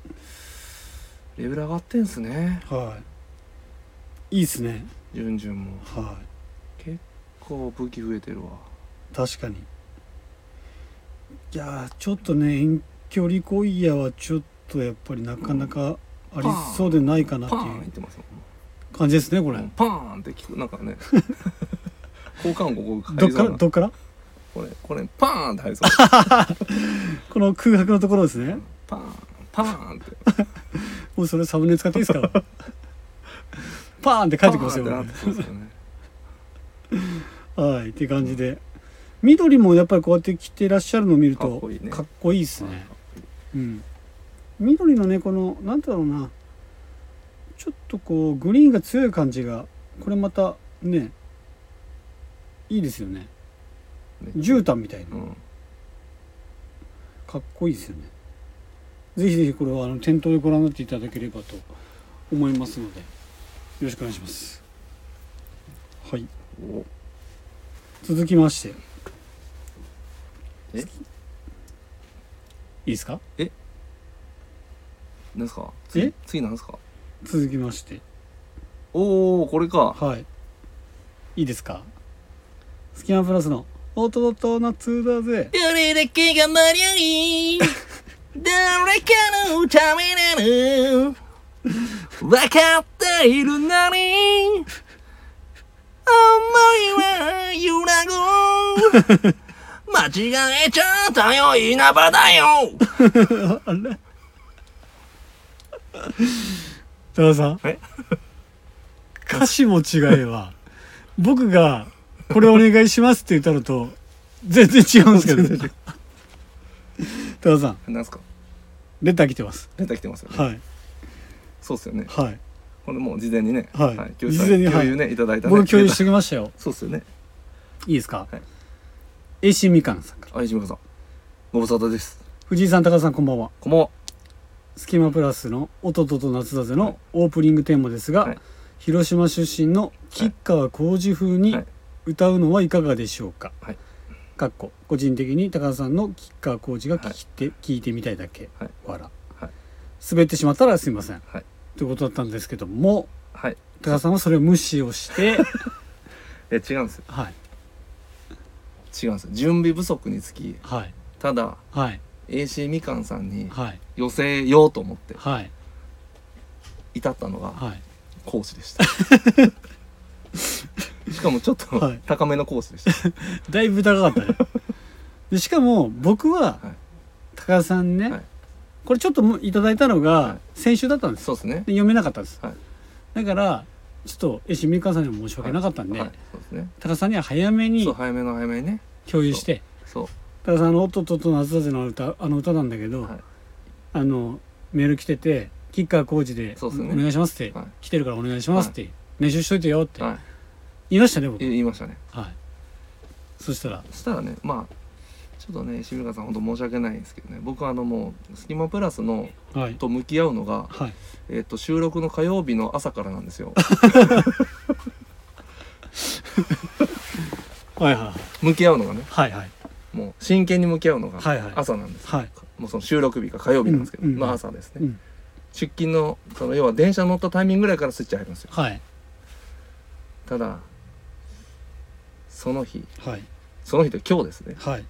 Speaker 2: ベル上がってんすね
Speaker 1: はいいいっすね
Speaker 2: ジュンジュンも
Speaker 1: は
Speaker 2: 結構武器増えてるわ
Speaker 1: い確かにいやーちょっとね遠距離恋やはちょっとやっぱりなかなかありそうでないかなって
Speaker 2: パーン
Speaker 1: い
Speaker 2: 言っ
Speaker 1: う
Speaker 2: てますもん
Speaker 1: 感じですねこれ
Speaker 2: うんパーンって聞くなんかね交換語 ここ
Speaker 1: どっからどっから
Speaker 2: これこれパーンって入 りそう
Speaker 1: この空白のところですね
Speaker 2: パーンパーンって
Speaker 1: もうそれサムネ使っていいですかパーンって書いてきますよ
Speaker 2: パーンってなってそうですよね
Speaker 1: はいって感じで緑もやっぱりこうやって着てらっしゃるのを見ると
Speaker 2: かっこいいね
Speaker 1: かっこいいですね、うん、緑のねこのなんだろうなちょっとこうグリーンが強い感じがこれまたねいいですよね絨毯みたいな
Speaker 2: うん
Speaker 1: かっこいいですよねぜひぜひこれはあの店頭でご覧になっていただければと思いますのでよろしくお願いしますはい
Speaker 2: お
Speaker 1: 続きまして
Speaker 2: え
Speaker 1: いいですか
Speaker 2: なんすか
Speaker 1: え
Speaker 2: 次次なんすか
Speaker 1: 続きまして
Speaker 2: おおこれか
Speaker 1: はいいいですかスキマプラスの「おととな夏だぜ
Speaker 2: 誰だけがマリアリ ー誰かのためなの分かっているなに思いは揺らぐ 間違えちゃったよ稲葉だよ」
Speaker 1: あれ多田さん
Speaker 2: え
Speaker 1: 歌詞も違えば 僕が「これお願いします」って言ったのと全然違うんですけど 多田さん
Speaker 2: なんすか
Speaker 1: レター来てます
Speaker 2: レター来てますよね
Speaker 1: はい
Speaker 2: そうっすよね
Speaker 1: はい
Speaker 2: これもう事前にね
Speaker 1: はい
Speaker 2: 共有さ
Speaker 1: 事前にはい
Speaker 2: 共有ねいただいたね
Speaker 1: 僕共有してきましたよ
Speaker 2: そうっすよね
Speaker 1: いいですか、
Speaker 2: はい
Speaker 1: AC みかんさんから
Speaker 2: あいじめかさんご無沙汰です
Speaker 1: 藤井さん高田さんこんばんは
Speaker 2: こんばんは
Speaker 1: スキマプラスの「おととと夏だぜ」
Speaker 2: はい
Speaker 1: のオープニングテーマですが、
Speaker 2: はい
Speaker 1: 広島出身の吉川浩司風に
Speaker 2: はい
Speaker 1: 歌うのはいかがでしょうか、
Speaker 2: はい
Speaker 1: かっこ個人的に高田さんの吉川浩司が聞きて、聞いてみたいだけ、
Speaker 2: はい
Speaker 1: 笑
Speaker 2: はい
Speaker 1: 滑ってしまったらすいません、
Speaker 2: はい
Speaker 1: ということだったんですけども
Speaker 2: はい
Speaker 1: 高田さんはそれを無視を して、
Speaker 2: え違うんですよ
Speaker 1: はい
Speaker 2: 違うんですよ準備不足につき
Speaker 1: はい
Speaker 2: ただ
Speaker 1: はい
Speaker 2: AC みかんさんに
Speaker 1: はい
Speaker 2: 寄せようと思って
Speaker 1: はい
Speaker 2: 至ったのが
Speaker 1: はい
Speaker 2: 講師で したしかもちょっと
Speaker 1: はい
Speaker 2: 高めの講師でした
Speaker 1: だいぶ高かった ねでしかも僕は
Speaker 2: はい
Speaker 1: 高田さんね、
Speaker 2: はい
Speaker 1: これちょっともういただいたの
Speaker 2: は
Speaker 1: が先週だったんですよ
Speaker 2: そうですね
Speaker 1: で読めなかったんです、
Speaker 2: はい
Speaker 1: だからちょっとえしみかさんにも申し訳なかったんで、
Speaker 2: はいそうですね
Speaker 1: 高田さんには早めに
Speaker 2: そう早めの早めにね
Speaker 1: 共有して
Speaker 2: そう
Speaker 1: 高田さんの「おっとっとっと夏だぜ」の歌あの歌なんだけど、
Speaker 2: はい
Speaker 1: あのメール来てて「吉川浩司で
Speaker 2: そうっすね
Speaker 1: お願いします」って、
Speaker 2: はい
Speaker 1: 来てるからお願いします」って、練習しといてよ」って
Speaker 2: は
Speaker 1: 言いましたね僕
Speaker 2: い言いましたね
Speaker 1: はいそしたら
Speaker 2: そしたらねまあちょっとね石村さん本当申し訳ないんですけどね僕はあのもう「スキマプラスの」
Speaker 1: はい
Speaker 2: と向き合うのが、
Speaker 1: はい
Speaker 2: えっと収録の火曜日の朝からなんですよ
Speaker 1: はいはい
Speaker 2: 向き合うのがね
Speaker 1: はいはい
Speaker 2: もう真剣に向き合うのが
Speaker 1: はいはい
Speaker 2: 朝なんです、
Speaker 1: はい
Speaker 2: もうその収録日が火曜日なんですけど、
Speaker 1: うんうん
Speaker 2: の朝ですね、
Speaker 1: うん
Speaker 2: 出勤のその要は電車乗ったタイミングぐらいからスイッチ入るんですよ
Speaker 1: はい
Speaker 2: ただその日
Speaker 1: はい
Speaker 2: その日って今日ですね
Speaker 1: はい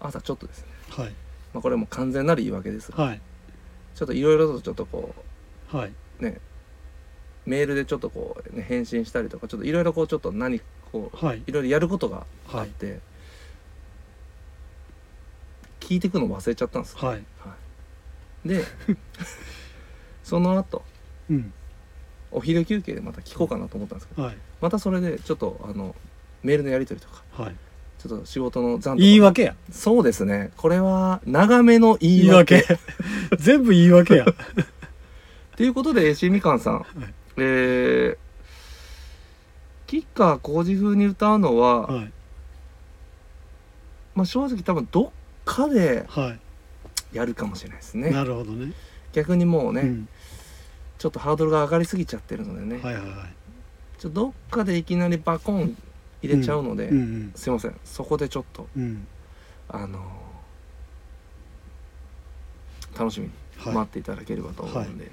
Speaker 2: 朝ちょっとですね、
Speaker 1: はい
Speaker 2: まあ、これはもう完全なる言い訳です
Speaker 1: はい
Speaker 2: ちょっといろいろとちょっとこ
Speaker 1: はいう
Speaker 2: ねメールでちょっとこう、ね、返信したりとかちょっといろいろこうちょっと何こう
Speaker 1: はい
Speaker 2: いろいろやることがあ
Speaker 1: は
Speaker 2: っ
Speaker 1: い
Speaker 2: て、聞いてくの忘れちゃったんですよ
Speaker 1: はい
Speaker 2: で その後
Speaker 1: うん
Speaker 2: お昼休憩でまた聞こうかなと思ったんですけど
Speaker 1: はい
Speaker 2: またそれでちょっとあのメールのやり取りとか
Speaker 1: はい
Speaker 2: ちょっと仕事の残
Speaker 1: 言い
Speaker 2: とか
Speaker 1: 訳や
Speaker 2: そうですねこれは長めの言
Speaker 1: 言い
Speaker 2: い訳
Speaker 1: 訳 全部言い訳 や
Speaker 2: ということで AC みかんさん、えーキッカー工事風に歌うのは、
Speaker 1: はい
Speaker 2: まあ、正直多分どっかで
Speaker 1: は
Speaker 2: やるかもしれないです
Speaker 1: い
Speaker 2: ね
Speaker 1: なるほどね
Speaker 2: 逆にもうね、
Speaker 1: うん
Speaker 2: ちょっとハードルが上がりすぎちゃってるのでね、
Speaker 1: はいはいはい
Speaker 2: ちょっとどっかでいきなりバコン入れちゃうので、
Speaker 1: うんうん
Speaker 2: すいませんそこでちょっと
Speaker 1: うん
Speaker 2: あのー楽しみに
Speaker 1: はい
Speaker 2: 待っていただければと思うんで、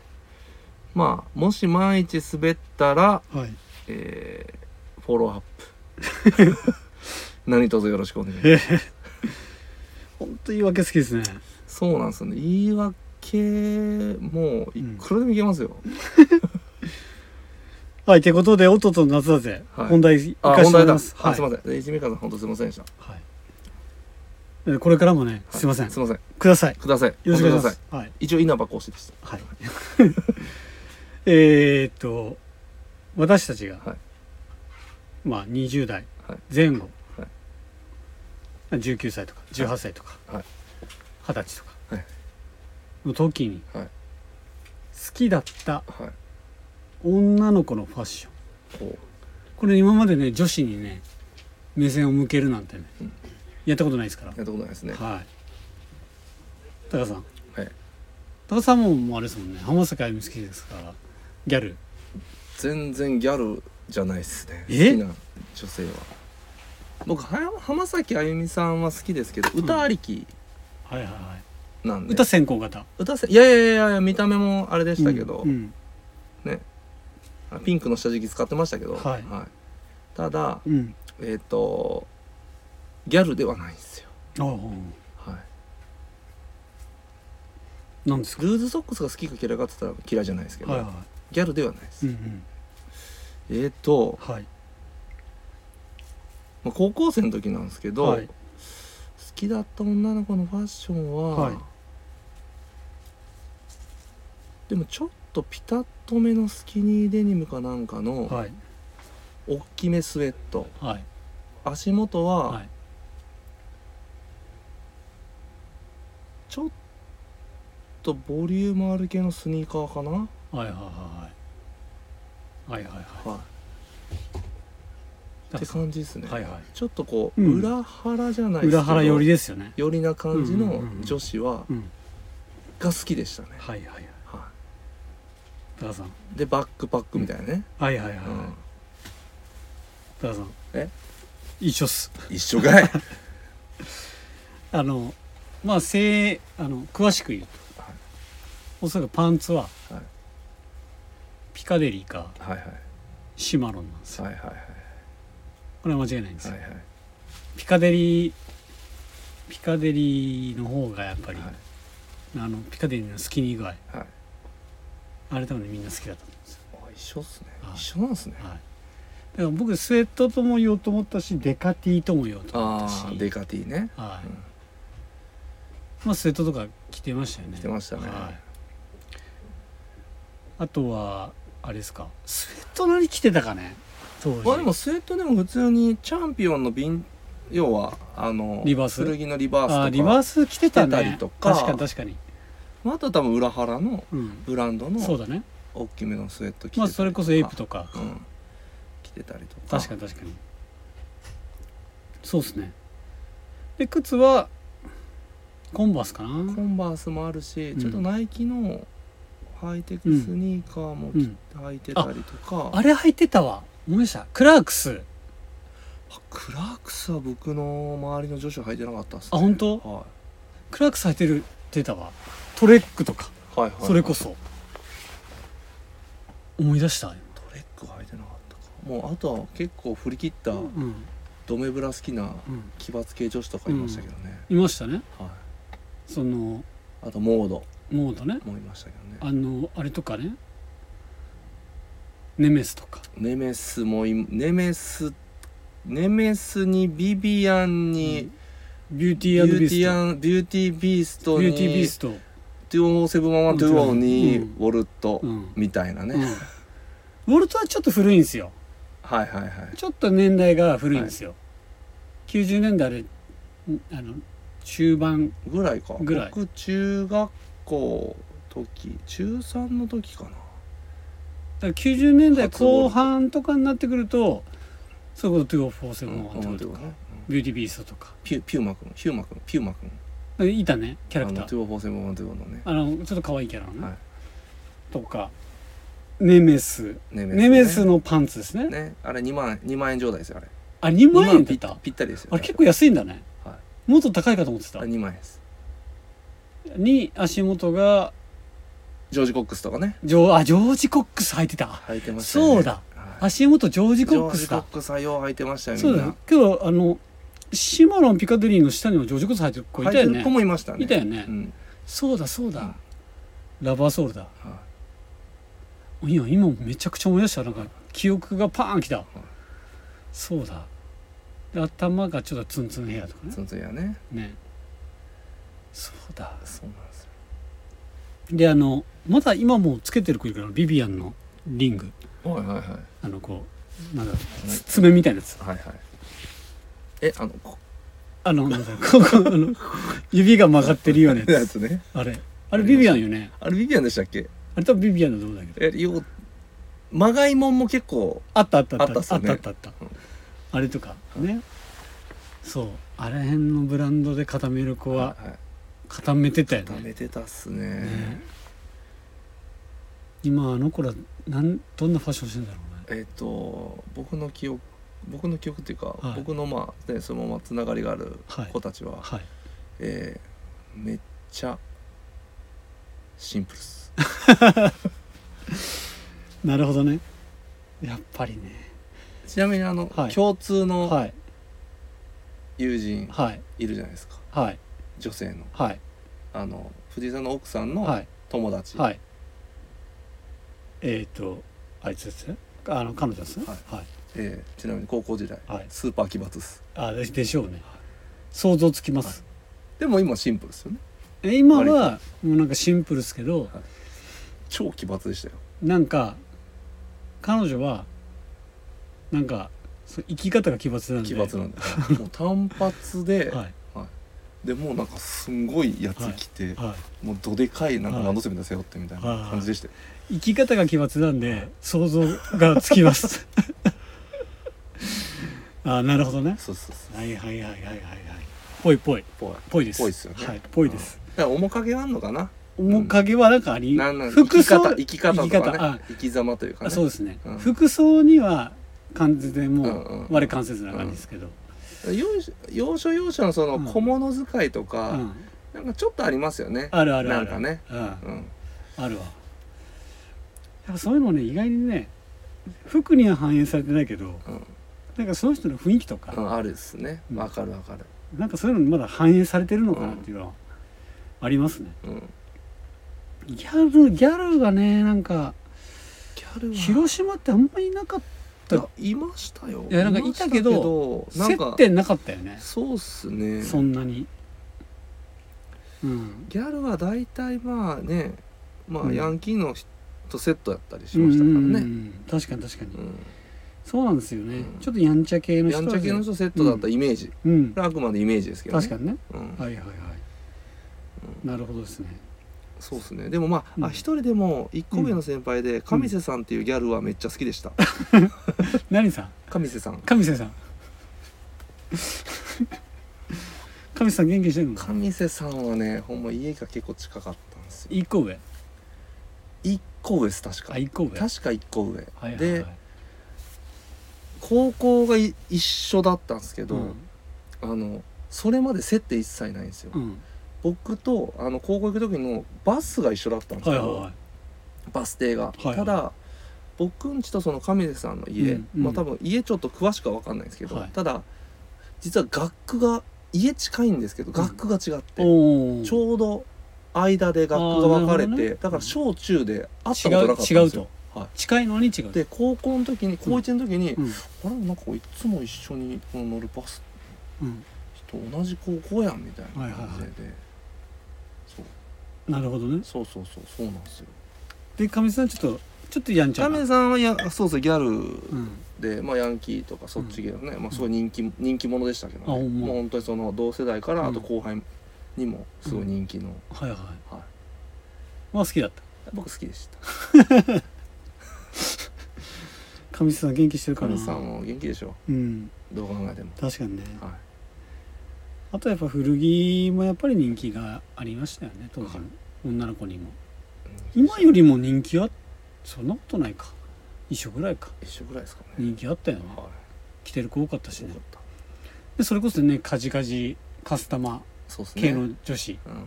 Speaker 2: まあもし万一滑ったら、
Speaker 1: はい
Speaker 2: えーフォローアップ 何卒よろしくお願いします
Speaker 1: えー本当言い訳好きですね
Speaker 2: そうなんですよね言い訳もういくらでもいけますよ、
Speaker 1: はいってことでおとと夏だぜ
Speaker 2: はい
Speaker 1: 本題い
Speaker 2: あ
Speaker 1: かしてもら
Speaker 2: 本題
Speaker 1: い
Speaker 2: だ、
Speaker 1: ます
Speaker 2: あ
Speaker 1: はい
Speaker 2: すいませんで一味方さん本当すいませんでした、
Speaker 1: はいこれからもね
Speaker 2: は
Speaker 1: すいません
Speaker 2: すいません
Speaker 1: くださいよ
Speaker 2: くださいよ
Speaker 1: ろしくお願いしま
Speaker 2: い
Speaker 1: すはい
Speaker 2: 一応稲葉講師でした
Speaker 1: はい えーっと私たちが
Speaker 2: はい
Speaker 1: まあ、20代
Speaker 2: はい
Speaker 1: 前後、
Speaker 2: は
Speaker 1: 19歳とか18歳とか、
Speaker 2: はい
Speaker 1: 二十歳とか
Speaker 2: はい
Speaker 1: の時に、
Speaker 2: はい
Speaker 1: 好きだった
Speaker 2: はい
Speaker 1: 女の子のファッション
Speaker 2: こう
Speaker 1: これ今までね女子にね目線を向けるなんてね、
Speaker 2: うん
Speaker 1: やったことないですから、
Speaker 2: やったことないですね
Speaker 1: はい高田さん
Speaker 2: はい
Speaker 1: 高田さんももうあれですもんね浜坂あゆみ好きですからギャル
Speaker 2: 全然ギャルじゃないですね好
Speaker 1: え
Speaker 2: きな女性は僕は浜崎あゆみさんは好きですけど歌ありき
Speaker 1: はいはいはい
Speaker 2: なんで、
Speaker 1: 歌先行型
Speaker 2: 歌せいやいやいやいや見た目もあれでしたけど、
Speaker 1: うんうん
Speaker 2: ピンクの下敷き使ってましたけど、
Speaker 1: はい
Speaker 2: ただ
Speaker 1: うん
Speaker 2: えっ、とギャルではないんですよ、
Speaker 1: ああ
Speaker 2: はい、
Speaker 1: なんですか
Speaker 2: ルーズソックスが好きか嫌いかって言ったら嫌いじゃないですけど、
Speaker 1: はいは
Speaker 2: ギャルではないです、
Speaker 1: いうんうん
Speaker 2: えっ、と、
Speaker 1: はい
Speaker 2: まあ、高校生の時なんですけど、
Speaker 1: はい
Speaker 2: 好きだった女の子のファッションは、
Speaker 1: はい
Speaker 2: でもちょっとピタッとめのスキニーデニムかなんかの、
Speaker 1: はい
Speaker 2: 大きめスウェット
Speaker 1: はい
Speaker 2: 足元
Speaker 1: は
Speaker 2: はいちょっとボリュームある系のスニーカーかな、
Speaker 1: はいはいはいはいはいはいは
Speaker 2: はい、
Speaker 1: い
Speaker 2: って感じですね、
Speaker 1: はいは
Speaker 2: ちょっとこう、
Speaker 1: うん
Speaker 2: 裏腹じゃない
Speaker 1: い
Speaker 2: ですけど
Speaker 1: 裏腹寄りですよね
Speaker 2: 寄りな感じ
Speaker 1: うんう
Speaker 2: の
Speaker 1: んうんうん
Speaker 2: 女子は、
Speaker 1: うん
Speaker 2: が好きでしたね、
Speaker 1: はいはいはい
Speaker 2: は
Speaker 1: 高田さん
Speaker 2: い、でバックパックみたいなね、
Speaker 1: はいはいはい
Speaker 2: うん
Speaker 1: はい高田さん
Speaker 2: え
Speaker 1: 一緒っす
Speaker 2: 一緒かい
Speaker 1: あのまあせいあの詳しく言うと、
Speaker 2: はい
Speaker 1: おそらくパンツは、
Speaker 2: はい
Speaker 1: ピカデリーか
Speaker 2: はいはい
Speaker 1: シマロンなんですよ
Speaker 2: はいはいはい
Speaker 1: これは間違いないんですよ、
Speaker 2: はいはい
Speaker 1: ピカデリーピカデリーの方がやっぱり、
Speaker 2: はい
Speaker 1: あのピカデリーのスキニー具合
Speaker 2: はい
Speaker 1: あれ多分ねみんな好きだと思うんですよ、
Speaker 2: あ一緒っすね
Speaker 1: はい
Speaker 2: 一緒なんですね
Speaker 1: はい、だから僕スウェットとも言おうと思ったしデカティとも言おうと思ったし
Speaker 2: ああデカティね
Speaker 1: はい
Speaker 2: うん
Speaker 1: まあスウェットとか着てましたよね
Speaker 2: 着てましたね
Speaker 1: はい、あとはあれですかスウェット何着てたかね当時
Speaker 2: まあでもスウェットでも普通にチャンピオンの瓶要はあの
Speaker 1: リバース
Speaker 2: 古着のリバースと
Speaker 1: あ
Speaker 2: か
Speaker 1: ーリバース着てたね
Speaker 2: 着てたりとか
Speaker 1: 確かに確かに、
Speaker 2: まああと多分裏腹の
Speaker 1: うん、
Speaker 2: ブランド
Speaker 1: そう
Speaker 2: の
Speaker 1: だね
Speaker 2: 大きめのスウェット着てたりとか
Speaker 1: まあそれこそエイプとか
Speaker 2: うん着てたりとか
Speaker 1: 確かに確かにそうですねで靴はコンバースかな
Speaker 2: コンバースもあるし、
Speaker 1: うん
Speaker 2: ちょっとナイキのハイテクスニーカーも
Speaker 1: う
Speaker 2: き
Speaker 1: ん
Speaker 2: 履いてたりとか、
Speaker 1: あれ履いてたわ思い出したクラークス
Speaker 2: あクラークスは僕の周りの女子は履いてなかったっす
Speaker 1: あ
Speaker 2: ね
Speaker 1: 本当
Speaker 2: は
Speaker 1: クラークス履いてる出たわトレックとか
Speaker 2: い、はいはいはい
Speaker 1: それこそ思い出した、
Speaker 2: トレック履いてなかったかもうあとは結構振り切った
Speaker 1: うん
Speaker 2: ドメブラ好きな
Speaker 1: うん、
Speaker 2: 奇抜系女子とかいましたけどね、
Speaker 1: いましたね
Speaker 2: はい
Speaker 1: その
Speaker 2: あとモード
Speaker 1: モードね
Speaker 2: もいましたけどね
Speaker 1: あのあれとかねネメスとか
Speaker 2: ネメスもいネメスネメスにビビアンに、
Speaker 1: ビューテ
Speaker 2: ビ
Speaker 1: ィ
Speaker 2: ュ
Speaker 1: ービ
Speaker 2: ー
Speaker 1: ー
Speaker 2: ティ
Speaker 1: ス
Speaker 2: アンビューティービース
Speaker 1: ト
Speaker 2: ト
Speaker 1: ビ
Speaker 2: に
Speaker 1: ューティービースト
Speaker 2: 20712に
Speaker 1: うん
Speaker 2: ウォルト
Speaker 1: うん
Speaker 2: みたいなね、
Speaker 1: うんウォルトはちょっと古いんですよ
Speaker 2: はいはいはい
Speaker 1: ちょっと年代が古いんですよ、90年代あれんあの中盤
Speaker 2: ぐらいか
Speaker 1: ぐらい
Speaker 2: 僕中学校時中3の時かな
Speaker 1: だから90年代
Speaker 2: 初ウォルト
Speaker 1: 後半とかになってくるとそれこそ2047
Speaker 2: う
Speaker 1: が
Speaker 2: ん
Speaker 1: あってくると
Speaker 2: う
Speaker 1: か、
Speaker 2: んうん
Speaker 1: ビューティービーストとか
Speaker 2: ピュピューマ君ヒューマ君ピューマ君
Speaker 1: いたねキャラクタ
Speaker 2: あの
Speaker 1: ー
Speaker 2: 24712のね
Speaker 1: あのちょっと可愛いキャラのね、
Speaker 2: はい
Speaker 1: とかネメス
Speaker 2: ネメスね
Speaker 1: ネメスのパンツですね
Speaker 2: ねあれ2万2万円状態ですよあれ
Speaker 1: あ2万円だ
Speaker 2: ぴ
Speaker 1: っ
Speaker 2: ったぴったりですよ
Speaker 1: あれ結構安いんだね、
Speaker 2: は
Speaker 1: もっと高いかと思ってた
Speaker 2: あ2万円です
Speaker 1: に足元が
Speaker 2: ジョージ・コックスとかね
Speaker 1: ジョーあジョージ・コックス履いてた
Speaker 2: 履いてましたよね
Speaker 1: そうだ
Speaker 2: はい
Speaker 1: 足元ジョージ・コック
Speaker 2: ジョージ・
Speaker 1: ス
Speaker 2: コッ
Speaker 1: だ
Speaker 2: クスはよう履いてましたよみ
Speaker 1: そうんだ
Speaker 2: な
Speaker 1: よけどあのシマロン・ピカデリーの下にもジョージ・コックス履いてる子いたよ
Speaker 2: 履いてる子
Speaker 1: ね
Speaker 2: もいましたね
Speaker 1: いたよね
Speaker 2: うん
Speaker 1: そうだそう
Speaker 2: う
Speaker 1: だ
Speaker 2: ん
Speaker 1: ラバーソールだ
Speaker 2: はい
Speaker 1: いや今めちゃくちゃ思い出したなんか記憶がパーンきたそうだで頭がちょっとツンツンヘアとかね
Speaker 2: その次はね
Speaker 1: ねそうだ
Speaker 2: そうなんですよ
Speaker 1: であのまだ今もうつけてる子いるからビビアンのリング
Speaker 2: はいはいはい
Speaker 1: あのこうなんだつ爪みたいなやつ
Speaker 2: はいはいえあのこ
Speaker 1: あのなんだここあの指が曲がってるような
Speaker 2: や
Speaker 1: やつ
Speaker 2: つね
Speaker 1: あれあれビビアンよね
Speaker 2: あれビビアンでしたっけ
Speaker 1: あれ多分ビビアンだと思うんだけど
Speaker 2: えよまがいもんも結構
Speaker 1: あったあったあった
Speaker 2: あったっすよね
Speaker 1: あったあったあったあれとかねそうあれ辺のブランドで固める子は
Speaker 2: はい
Speaker 1: 固めてたよ
Speaker 2: 固
Speaker 1: ね
Speaker 2: めてたっす
Speaker 1: ね
Speaker 2: ね
Speaker 1: 今あの子らなんどんなファッションしてんだろうね
Speaker 2: えっ、と僕の記憶僕の記憶っていうか、
Speaker 1: はい
Speaker 2: 僕のまあ、ね、そのままつながりがある
Speaker 1: はい
Speaker 2: 子たちは、
Speaker 1: はい
Speaker 2: えーめっちゃシンプルっす
Speaker 1: なるほどねやっぱりね
Speaker 2: ちなみにあの、
Speaker 1: はい
Speaker 2: 共通の
Speaker 1: はい
Speaker 2: 友人
Speaker 1: はい
Speaker 2: いるじゃないですか
Speaker 1: はい
Speaker 2: 女性の
Speaker 1: はい
Speaker 2: あの藤井さんの奥さん
Speaker 1: は
Speaker 2: の
Speaker 1: い
Speaker 2: 友達、
Speaker 1: はいえっ、ー、とあいつですねあの彼女ですね
Speaker 2: は
Speaker 1: はい
Speaker 2: えーちなみに高校時代、
Speaker 1: はい
Speaker 2: スーパー奇抜っす
Speaker 1: あででしょうね想像つきます、
Speaker 2: でも今シンプルっすよね
Speaker 1: え今はもうなんかシンプルですけど、
Speaker 2: 超奇抜でしたよ
Speaker 1: なんか彼女はなんかそう生き方が奇抜なんで
Speaker 2: 奇抜なんで もう単発で、
Speaker 1: はい
Speaker 2: でもうなんかすんごいやつ着て、
Speaker 1: は
Speaker 2: もうどでかいなんか
Speaker 1: はい
Speaker 2: ランドセル背負ってみたいな感じでしたよ、
Speaker 1: い、生き方が奇抜なんで想像がつきます あなるほどね
Speaker 2: そうそうそう
Speaker 1: はいはいはいはいはいはいぽいぽい
Speaker 2: ぽ
Speaker 1: ぽ
Speaker 2: い
Speaker 1: いです
Speaker 2: ぽいっすよね
Speaker 1: はいぽいです、
Speaker 2: だから面影あんのかな
Speaker 1: 面影はなんかあり、
Speaker 2: なんなん生
Speaker 1: 服
Speaker 2: き
Speaker 1: 装
Speaker 2: 方生き方と
Speaker 1: 生き
Speaker 2: か
Speaker 1: 方あ
Speaker 2: ね生き様というかね
Speaker 1: あそうですね、
Speaker 2: うん
Speaker 1: 服装には感じでも
Speaker 2: うんうん
Speaker 1: う我関せずな感じですけど、
Speaker 2: 要所要所要所のその
Speaker 1: うん
Speaker 2: 小物使いと
Speaker 1: う
Speaker 2: か、
Speaker 1: ん
Speaker 2: なんかちょっとありますよね
Speaker 1: あるあるある
Speaker 2: なんかね、
Speaker 1: うん
Speaker 2: うん、
Speaker 1: あるわやっぱそういうのね意外にね服には反映されてないけど、
Speaker 2: うん
Speaker 1: なんかその人の雰囲気と
Speaker 2: う
Speaker 1: か、
Speaker 2: んあるですね
Speaker 1: うん
Speaker 2: わかるわかる、
Speaker 1: なんかそういうのにまだ反映されてるのかなっていうのはありますね、
Speaker 2: うん、
Speaker 1: ギャルギャルがねなんか
Speaker 2: ギャルは
Speaker 1: 広島ってあんまりいなかっ
Speaker 2: いやいましたよ
Speaker 1: いやなんかいたけど
Speaker 2: い
Speaker 1: た
Speaker 2: ま
Speaker 1: 接
Speaker 2: したけどなんか
Speaker 1: 点なかったよね
Speaker 2: そうっすね
Speaker 1: そんなにうん
Speaker 2: ギャルは大体まあねま
Speaker 1: う
Speaker 2: あ
Speaker 1: ん
Speaker 2: ヤンキーの人とセットやったりしましたから
Speaker 1: うんうんう
Speaker 2: ね、
Speaker 1: ん確かに確かに、
Speaker 2: うん
Speaker 1: そうなんですよね、
Speaker 2: うん
Speaker 1: ちょっとやんちゃ系の
Speaker 2: や
Speaker 1: 人
Speaker 2: ん
Speaker 1: た
Speaker 2: ちゃ系の人セットだったイメージ、こ
Speaker 1: うん
Speaker 2: れはあくまでイメージですけど、ね、
Speaker 1: 確かにね
Speaker 2: うん
Speaker 1: はいはいはい、なるほどですね
Speaker 2: そうですねでもま
Speaker 1: うん
Speaker 2: ああ一、人でも一個上の先輩で上瀬さんっていうギャルはめっちゃ好きでした、
Speaker 1: 何さん
Speaker 2: 上瀬さん
Speaker 1: 神瀬さん 神瀬さん元気にしてんの
Speaker 2: 上瀬さんはねほんま家が結構近かったんですよ
Speaker 1: 一個上
Speaker 2: 1個上です確か
Speaker 1: あ一個上
Speaker 2: 確か1個上、
Speaker 1: はいはい
Speaker 2: で
Speaker 1: はい
Speaker 2: 高校がい一緒だったんですけど、
Speaker 1: うん
Speaker 2: あのそれまで接点一切ないんですよ、
Speaker 1: うん
Speaker 2: 僕とあの高校行く時のバスが一緒だったんです
Speaker 1: は
Speaker 2: け
Speaker 1: い
Speaker 2: ど、
Speaker 1: はいはい
Speaker 2: バス停が、
Speaker 1: いはい
Speaker 2: ただ僕んちとその上出さんの家、
Speaker 1: うんうん
Speaker 2: まあ多分家ちょっと詳しくは分かんないんですけど、
Speaker 1: はい
Speaker 2: ただ実は学区が家近いんですけど学区が違って、
Speaker 1: おお
Speaker 2: ちょうど間で学区が分かれ
Speaker 1: あーなるほど
Speaker 2: て、
Speaker 1: ね
Speaker 2: だから小中で会ったこと
Speaker 1: 違
Speaker 2: なか
Speaker 1: う
Speaker 2: ったんですよ
Speaker 1: 違うと
Speaker 2: は
Speaker 1: 近いのに違う
Speaker 2: い、で高校の時に高1の時に、
Speaker 1: うん
Speaker 2: あれなんかいつも一緒にこの乗るバス
Speaker 1: うん
Speaker 2: と同じ高校やんみたいな感じで、
Speaker 1: はいはいはい
Speaker 2: そう
Speaker 1: なるほどね
Speaker 2: そうそうそうそうなんですよ
Speaker 1: で神瀬さんちょっとちょっとやんちゃ
Speaker 2: ダ
Speaker 1: な
Speaker 2: メさんはやそうそうギャル
Speaker 1: うん
Speaker 2: で、まあ、ヤンキーとかそっち系のね、まあ、すごい人気人気者でしたけど、ね
Speaker 1: あほんま
Speaker 2: もう本当にその同世代から
Speaker 1: うん
Speaker 2: あと後輩にもすごい人気の、
Speaker 1: はいはい
Speaker 2: はい、
Speaker 1: まあ好きだった
Speaker 2: 僕好きでした
Speaker 1: 神瀬さん元気してるか
Speaker 2: カ
Speaker 1: な
Speaker 2: ネさんも元気でしょ
Speaker 1: うん
Speaker 2: どう考えても、
Speaker 1: 確かにね
Speaker 2: はい、
Speaker 1: あとやっぱ古着もやっぱり人気がありましたよね当時
Speaker 2: は
Speaker 1: の女の子にも今よりも人気はそんなことないか一緒ぐらいか
Speaker 2: 一緒ぐらいですかね、
Speaker 1: 人気あったよね
Speaker 2: はい
Speaker 1: 着てる子多かったし
Speaker 2: すご
Speaker 1: ね
Speaker 2: かった
Speaker 1: でそれこそねカジカジカスタマ
Speaker 2: そうです
Speaker 1: ー
Speaker 2: ね
Speaker 1: 系の女子、
Speaker 2: うん、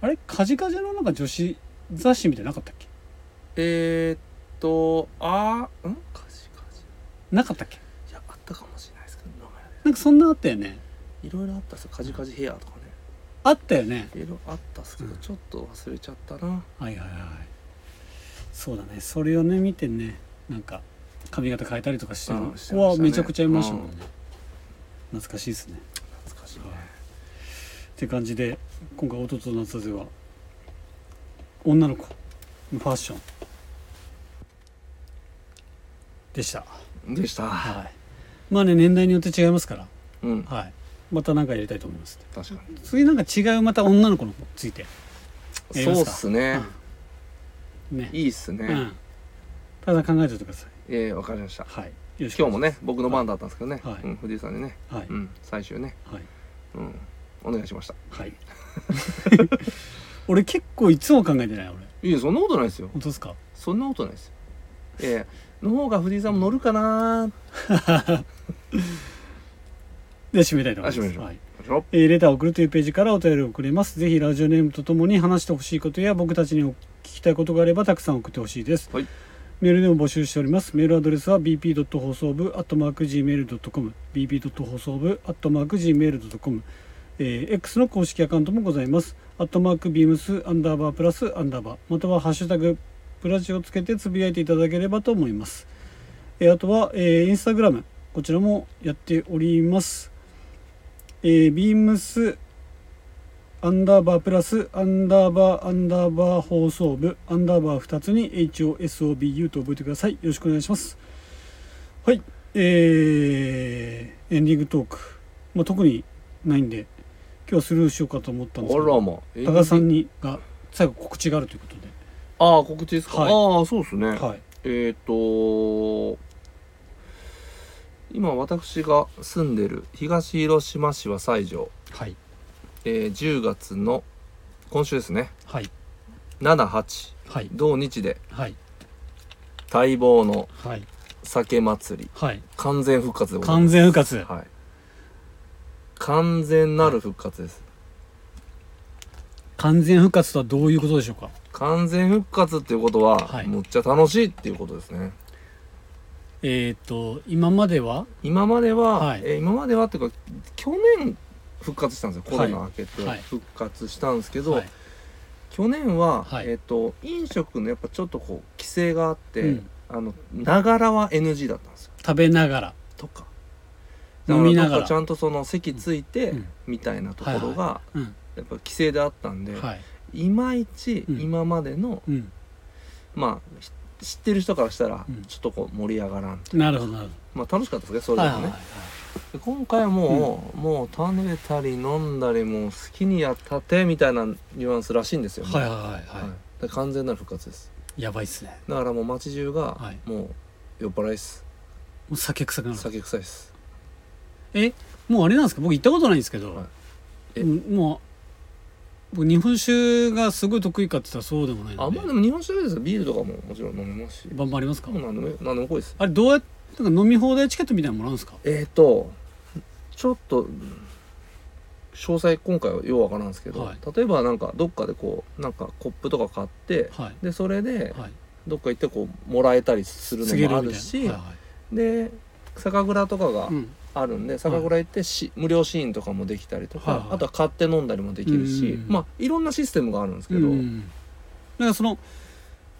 Speaker 1: あれカジカジのなんか女子雑誌みたいなのなかったっけ
Speaker 2: えー、っとあーんカジカジ
Speaker 1: なかったっけ
Speaker 2: いやあったかもしれないですけど名前ね
Speaker 1: なんかそんなあったよね
Speaker 2: いろいろあったっすよカジカジヘアとかね
Speaker 1: あったよね
Speaker 2: いろいろあったっすけど、
Speaker 1: うん
Speaker 2: ちょっと忘れちゃったな
Speaker 1: はいはいはいそうだねそれをね見てねなんか髪型変えたりとかしてる
Speaker 2: うんして
Speaker 1: 子
Speaker 2: ま
Speaker 1: は
Speaker 2: したね
Speaker 1: めちゃくちゃいましたもんね懐かしいですね
Speaker 2: 懐かしいね
Speaker 1: って感じで今回弟と夏では女の子のファッションでした、
Speaker 2: でした。
Speaker 1: はい、まあね年代によって違いますから、
Speaker 2: うん。
Speaker 1: はい、また何かやりたいと思います
Speaker 2: 確かに。
Speaker 1: 次なんか違うまた女の子の子ついて、やり
Speaker 2: そ
Speaker 1: ま
Speaker 2: う
Speaker 1: す
Speaker 2: っ
Speaker 1: か
Speaker 2: すね。
Speaker 1: うんね
Speaker 2: いいっすね。
Speaker 1: うん、ただ考えておいてください
Speaker 2: ええわかりました。
Speaker 1: はいよろしく
Speaker 2: 今
Speaker 1: お
Speaker 2: 日も
Speaker 1: 願い
Speaker 2: ね
Speaker 1: し、
Speaker 2: 僕の番だったんですけどね。
Speaker 1: はい
Speaker 2: うん、藤井さんにね、
Speaker 1: ますはい、
Speaker 2: うん、最終ね、
Speaker 1: はい
Speaker 2: うん、お願いしました。
Speaker 1: はい 俺結構いつも考えてない俺
Speaker 2: いや、そんなことないですよ。
Speaker 1: 本当ですか
Speaker 2: そんなことないですよ。ええの方が藤井さんも乗るかなー。
Speaker 1: で締めたいと思い
Speaker 2: あ締
Speaker 1: ま
Speaker 2: め
Speaker 1: す
Speaker 2: ましょう
Speaker 1: はい
Speaker 2: よ
Speaker 1: えーレターを送るというページからお便りを送れます。ぜひラジオネームとともに話してほしいことや僕たちにお聞きしたいことがあればたくさん送ってほしいです。
Speaker 2: はい
Speaker 1: メールでも募集しております。メールアドレスは bp. 放送部 .gmail.com bp. 放送部 .gmail.com、えー X の公式アカウントもございます。アットマークビームスアンダーバープラスアンダーバーまたはハッシュタグプラチをつけてつぶやいていただければと思います。えーあとは、えーインスタグラムこちらもやっております。えー、ビームスアンダーバープラスアンダーバーアンダーバー放送部アンダーバー2つに HOSOBU と覚えてくださいよろしくお願いしますはいえー、エンディングトーク、まあ、特にないんで今日はスルーしようかと思った
Speaker 2: あ
Speaker 1: ん
Speaker 2: ら
Speaker 1: ですけど
Speaker 2: ま。
Speaker 1: 高田さんにが最後告知があるということで、
Speaker 2: ああ、告知ですか。
Speaker 1: はい
Speaker 2: ああ、そうですね。
Speaker 1: はい、
Speaker 2: えっ、と今私が住んでる東広島市は西条、
Speaker 1: はい
Speaker 2: えー10月の今週ですね
Speaker 1: はい
Speaker 2: 78
Speaker 1: はい
Speaker 2: 同日で
Speaker 1: はい
Speaker 2: 待望の
Speaker 1: はい
Speaker 2: 酒祭り
Speaker 1: はい
Speaker 2: 完全復活でござい
Speaker 1: 完
Speaker 2: ます
Speaker 1: 全復活
Speaker 2: はい完全なる復活です
Speaker 1: 完全復活とはどういうことでしょうか
Speaker 2: 完全復活っていうことは、
Speaker 1: はい
Speaker 2: むっちゃ楽しいっていうことですね
Speaker 1: えっ、と今までは
Speaker 2: 今までは、
Speaker 1: はい
Speaker 2: えー今まではっていうか去年復活したんですよコロナ明けて
Speaker 1: はい
Speaker 2: 復活したんですけど、
Speaker 1: はい
Speaker 2: 去年は、
Speaker 1: はい
Speaker 2: えっ、と飲食のやっぱちょっとこう規制があって、
Speaker 1: うん
Speaker 2: あのながらは NG だったんですよ
Speaker 1: 食べながら
Speaker 2: とか
Speaker 1: 飲みながら
Speaker 2: だからちゃんとその席ついて、
Speaker 1: うん
Speaker 2: みたいなところが
Speaker 1: うん
Speaker 2: やっぱ規制であったんで、
Speaker 1: はい
Speaker 2: い、まいち
Speaker 1: うん
Speaker 2: 今までの、
Speaker 1: うん
Speaker 2: まあひ知ってる人からしたら
Speaker 1: うん
Speaker 2: ちょっとこう盛り上がらん、
Speaker 1: なるほどなる
Speaker 2: まあ楽しかったですけ
Speaker 1: ほ
Speaker 2: ど
Speaker 1: どは
Speaker 2: それで
Speaker 1: いはい
Speaker 2: もね、
Speaker 1: はい
Speaker 2: で今回はもう、もう食べたり飲んだりもう好きにやったてみたいなニュアンスらしいんですよ、
Speaker 1: はいはい
Speaker 2: は
Speaker 1: はいはい
Speaker 2: で完全なる復活です
Speaker 1: いやばいっすね
Speaker 2: だからもう街中が
Speaker 1: はい
Speaker 2: もう酔っ払いっす、
Speaker 1: もう酒臭くなる
Speaker 2: 酒臭いっす
Speaker 1: えもうあれなんですか僕行ったことないんですけど、
Speaker 2: はいえ
Speaker 1: うんもう僕日本酒がすごい得意かって言ったらそうでもない
Speaker 2: あ
Speaker 1: ので
Speaker 2: まあでも日本酒だけですよビールとかももちろん飲めますし
Speaker 1: バンバンありますか、
Speaker 2: もう何でも何でも濃いです
Speaker 1: あれどうやってなんか飲み放題チケットみたいなのもらうんですか
Speaker 2: えっ、ー、とちょっとうん詳細今回はようわからんですけど、
Speaker 1: はい
Speaker 2: 例えばなんかどっかでこうなんかコップとか買って
Speaker 1: はい
Speaker 2: でそれで
Speaker 1: はい
Speaker 2: どっか行ってこうもらえたりするのもあるし
Speaker 1: はいはい
Speaker 2: で酒蔵とかが
Speaker 1: うん
Speaker 2: あるんで酒蔵行ってし、無料シーンとかもできたりとか、
Speaker 1: はいはい
Speaker 2: あとは買って飲んだりもできるし、
Speaker 1: うん
Speaker 2: まあいろんなシステムがあるんですけ
Speaker 1: う
Speaker 2: ど、
Speaker 1: んなんかその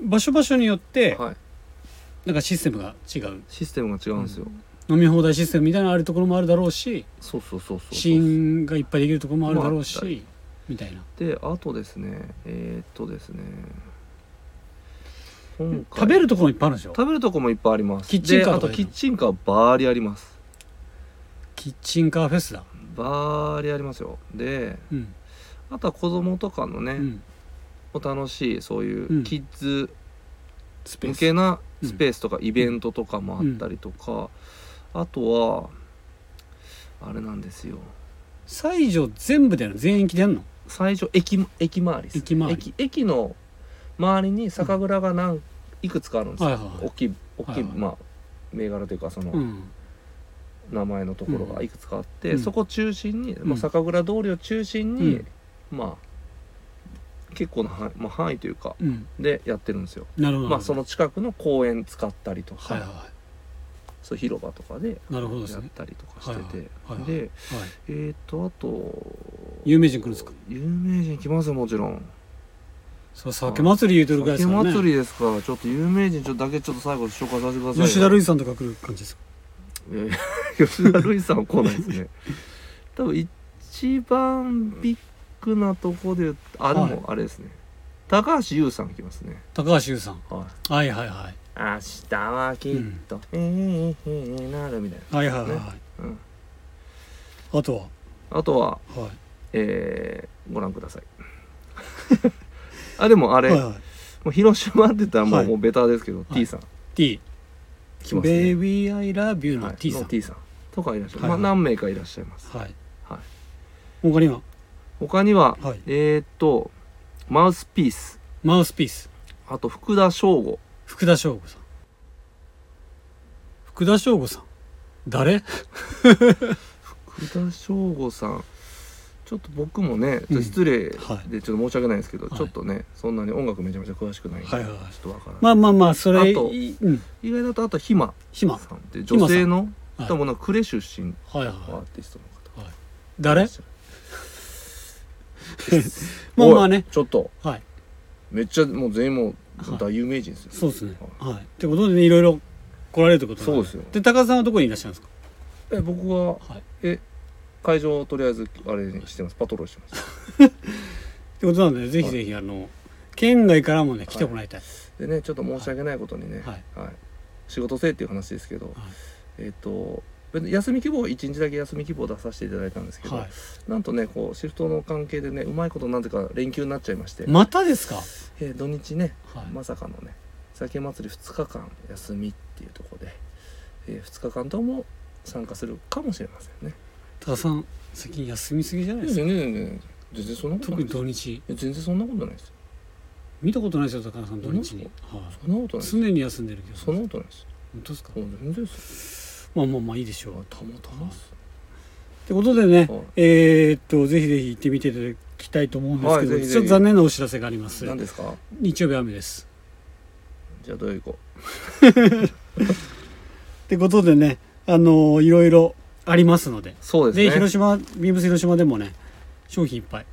Speaker 1: 場所場所によって
Speaker 2: はい、
Speaker 1: なんかシステムが違う
Speaker 2: システムが違うんですよ、
Speaker 1: 飲み放題システムみたいなのあるところもあるだろうし
Speaker 2: そうそうそうそう
Speaker 1: シーンがいっぱいできるところもあるだろう
Speaker 2: まあは
Speaker 1: しみたいな
Speaker 2: であとですねえーっとですね今回
Speaker 1: 食べるところもいっぱいあるんでしょ
Speaker 2: 食べるとこもいっぱいあります
Speaker 1: キッチンカー
Speaker 2: で
Speaker 1: とか
Speaker 2: あと
Speaker 1: でも
Speaker 2: キッチンカーバーリあります
Speaker 1: キッチンカーフェスだ
Speaker 2: バーリありますよで
Speaker 1: うん
Speaker 2: あとは子供とかのね、
Speaker 1: うん
Speaker 2: お楽しいそういううんキッズ
Speaker 1: スペー
Speaker 2: 向
Speaker 1: ス
Speaker 2: けなスペースとかイベントとかもあったりとか、あとはあれなんですよ
Speaker 1: 西条全部でやるの全域でやるの
Speaker 2: 最初駅駅周りです
Speaker 1: 駅周り
Speaker 2: 駅駅の周りに酒蔵が何、いくつかあるんですよ、
Speaker 1: はいはいはい
Speaker 2: 大きい大きい、
Speaker 1: はいはい
Speaker 2: まあ銘柄というかその、
Speaker 1: うん
Speaker 2: 名前のところがいくつかあっ
Speaker 1: う
Speaker 2: て、
Speaker 1: ん
Speaker 2: そこ中心に、
Speaker 1: ん
Speaker 2: まあ、酒蔵通りを中心に、
Speaker 1: うん
Speaker 2: まあ結構な範,、まあ、範囲というか
Speaker 1: うん
Speaker 2: でやってるんですよ、
Speaker 1: なるほど
Speaker 2: まあその近くの公園使ったなるほど
Speaker 1: は
Speaker 2: はいい
Speaker 1: は
Speaker 2: はいそう広場とかで
Speaker 1: いなるほどです
Speaker 2: やっ
Speaker 1: ね
Speaker 2: たりとかしてて、
Speaker 1: はいはいはいはい
Speaker 2: で
Speaker 1: はい
Speaker 2: えー、とあと
Speaker 1: 有名人来るんですか
Speaker 2: 有名人来ますよもちろん
Speaker 1: そう酒祭り言うてるぐらいです
Speaker 2: 酒
Speaker 1: からね
Speaker 2: 祭りですからちょっと有名人ちょっとだけちょっと最後紹介させてくださいよ
Speaker 1: 吉田類さんとか来る感じですか
Speaker 2: いやいや 吉田類さんは来ないですね 多分一番ビッグなとこで言うとあで
Speaker 1: はい
Speaker 2: もあれですね、高橋優さん来ますね
Speaker 1: 高橋優さん
Speaker 2: は
Speaker 1: はいはいはい
Speaker 2: い明日はきっと、えー、えー、なるみたいな。
Speaker 1: はいはいはい、はい
Speaker 2: うん
Speaker 1: あとは
Speaker 2: あとは、
Speaker 1: はい
Speaker 2: えー、ご覧ください。 あ、でもあれ、
Speaker 1: はいはい
Speaker 2: もう広島って言ったらもう,、
Speaker 1: はい
Speaker 2: もうベタですけど、
Speaker 1: い
Speaker 2: T さん
Speaker 1: T
Speaker 2: 来ますね。
Speaker 1: Baby I love you の T さん、
Speaker 2: はい、の T さんとかいらっしゃる、
Speaker 1: はいはい
Speaker 2: まあ、何名かいらっしゃいます。
Speaker 1: はい。
Speaker 2: はい
Speaker 1: 他には、
Speaker 2: 他には、
Speaker 1: はい、
Speaker 2: えー、っと、マウスピース、
Speaker 1: マウスピース、
Speaker 2: あと福田翔吾、
Speaker 1: 福田翔吾さん。福田翔吾さん。誰
Speaker 2: 福田翔吾さんちょっと僕もね
Speaker 1: うん
Speaker 2: 失礼
Speaker 1: はい
Speaker 2: でちょっと申し訳ないんですけど、
Speaker 1: はい
Speaker 2: ちょっとねそんなに音楽めちゃめちゃ詳しくないんで、
Speaker 1: はいはいはい
Speaker 2: ちょっとわからない、
Speaker 1: まあまあまあ、それ、
Speaker 2: あと
Speaker 1: いうん、
Speaker 2: 意外だとあとひま
Speaker 1: 暇。
Speaker 2: さんって女性の
Speaker 1: はい
Speaker 2: 多分の呉出身
Speaker 1: はいはい
Speaker 2: のア
Speaker 1: は
Speaker 2: ーティストの方
Speaker 1: い。誰まあ
Speaker 2: もう
Speaker 1: まあね。
Speaker 2: ちょっと
Speaker 1: はい。
Speaker 2: めっちゃもう全員も
Speaker 1: は
Speaker 2: う
Speaker 1: い
Speaker 2: 大有名人ですよ、
Speaker 1: そうですね
Speaker 2: はい。
Speaker 1: はい。ってことでね、いろいろ来られるってことなん
Speaker 2: そうですよ
Speaker 1: で、高田さんはどこにいらっしゃるんですか
Speaker 2: え僕は
Speaker 1: はい。っ
Speaker 2: え会場をとりあえずあれにしてますパトロールしてます
Speaker 1: てことなんで、ぜひぜひ、あの、県外からもね、来てもらいたい。
Speaker 2: でねちょっと申し訳ないことにね、
Speaker 1: はい。
Speaker 2: はい、仕事せえっていう話ですけど、えっ、と別に休み希望1日だけ休み希望出させていただいたんですけど、
Speaker 1: はい。
Speaker 2: なんとねこうシフトの関係でねうまいことなぜか連休になっちゃいまして、
Speaker 1: またですかは
Speaker 2: えー土日ね
Speaker 1: い。
Speaker 2: まさかのね酒祭り2日間休みっていうところで、え2日間とも参加するかもしれませんね。
Speaker 1: 高田さん、最近休みすぎじゃないですか
Speaker 2: 全然全然全然そんなことな
Speaker 1: 特に
Speaker 2: いですよ
Speaker 1: 土日。
Speaker 2: いや全然そんなことないですよ
Speaker 1: 見たことないですよ、高田さん、土日に
Speaker 2: 本。
Speaker 1: はい。
Speaker 2: そんなことないです
Speaker 1: 常に休んでるけど
Speaker 2: そんなことないです
Speaker 1: 本当ですか
Speaker 2: もう全然です
Speaker 1: まあまあまあいいでしょう
Speaker 2: よたまたまっす
Speaker 1: ってことでね
Speaker 2: はい
Speaker 1: えーっとぜひぜひ行ってみていただきたいと思うんですけど、
Speaker 2: はいぜひぜひ
Speaker 1: ちょっと残念なお知らせがあります
Speaker 2: 何ですか
Speaker 1: 日曜日雨です
Speaker 2: じゃあどういうこ
Speaker 1: ってことでねあのーいろいろありますので
Speaker 2: そう
Speaker 1: で
Speaker 2: ですね
Speaker 1: 広島ビームス広島でもね商品いっぱい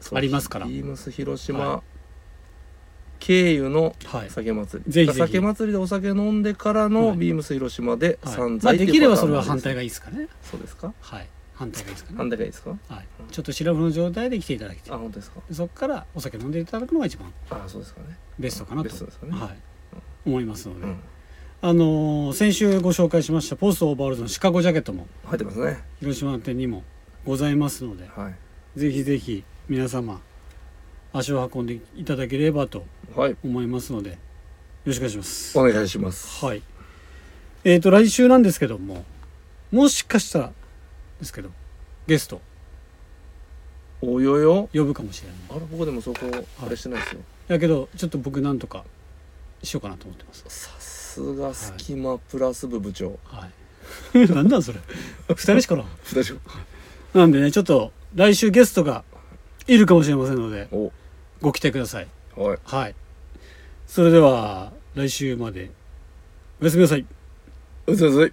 Speaker 2: そう
Speaker 1: ありますから
Speaker 2: ビームス広島経由の
Speaker 1: はい、
Speaker 2: 酒祭り、
Speaker 1: ぜひぜひ
Speaker 2: 酒祭りでお酒飲んでからの
Speaker 1: はい
Speaker 2: ビームス広島で
Speaker 1: はい
Speaker 2: 散
Speaker 1: まあ、
Speaker 2: 財って
Speaker 1: で
Speaker 2: い
Speaker 1: き
Speaker 2: う
Speaker 1: れば
Speaker 2: パ
Speaker 1: そ
Speaker 2: ターン
Speaker 1: れ
Speaker 2: も
Speaker 1: は
Speaker 2: ありま
Speaker 1: 反
Speaker 2: す
Speaker 1: 対がいいですかね
Speaker 2: そうですか
Speaker 1: はい反対がいいですか
Speaker 2: 反
Speaker 1: ね、
Speaker 2: 対がいいですか
Speaker 1: はい、ちょっとシラフの状態で来ていただき
Speaker 2: あ
Speaker 1: て
Speaker 2: 本当ですか
Speaker 1: そこからお酒飲んでいただくのが一番
Speaker 2: あそうですかね
Speaker 1: ベストかなと
Speaker 2: ベストですかね
Speaker 1: はい、思いますので、
Speaker 2: うん
Speaker 1: あのー先週ご紹介しましたポストオーバーオールズのシカゴジャケットも
Speaker 2: 入ってますね
Speaker 1: 広島店にもございますので
Speaker 2: はい
Speaker 1: ぜひぜひ皆様足を運んでいただければと
Speaker 2: はい
Speaker 1: 思いますのでよろしくお願いします
Speaker 2: お願いします
Speaker 1: はいえー、と来週なんですけどももしかしたらですけどゲスト
Speaker 2: およよ
Speaker 1: 呼ぶかもしれない
Speaker 2: あら僕でもそこあれしてないですよ
Speaker 1: だけどちょっと僕なんとかしようかなと思ってます
Speaker 2: さすが隙間プラス部部長
Speaker 1: はい なんだそれ2人しかな
Speaker 2: 大丈
Speaker 1: なんでねちょっと来週ゲストがいるかもしれませんので
Speaker 2: 夫
Speaker 1: ご期待ください
Speaker 2: おはい
Speaker 1: はい。それでは、来週まで。おやすみなさい。
Speaker 2: うずうずい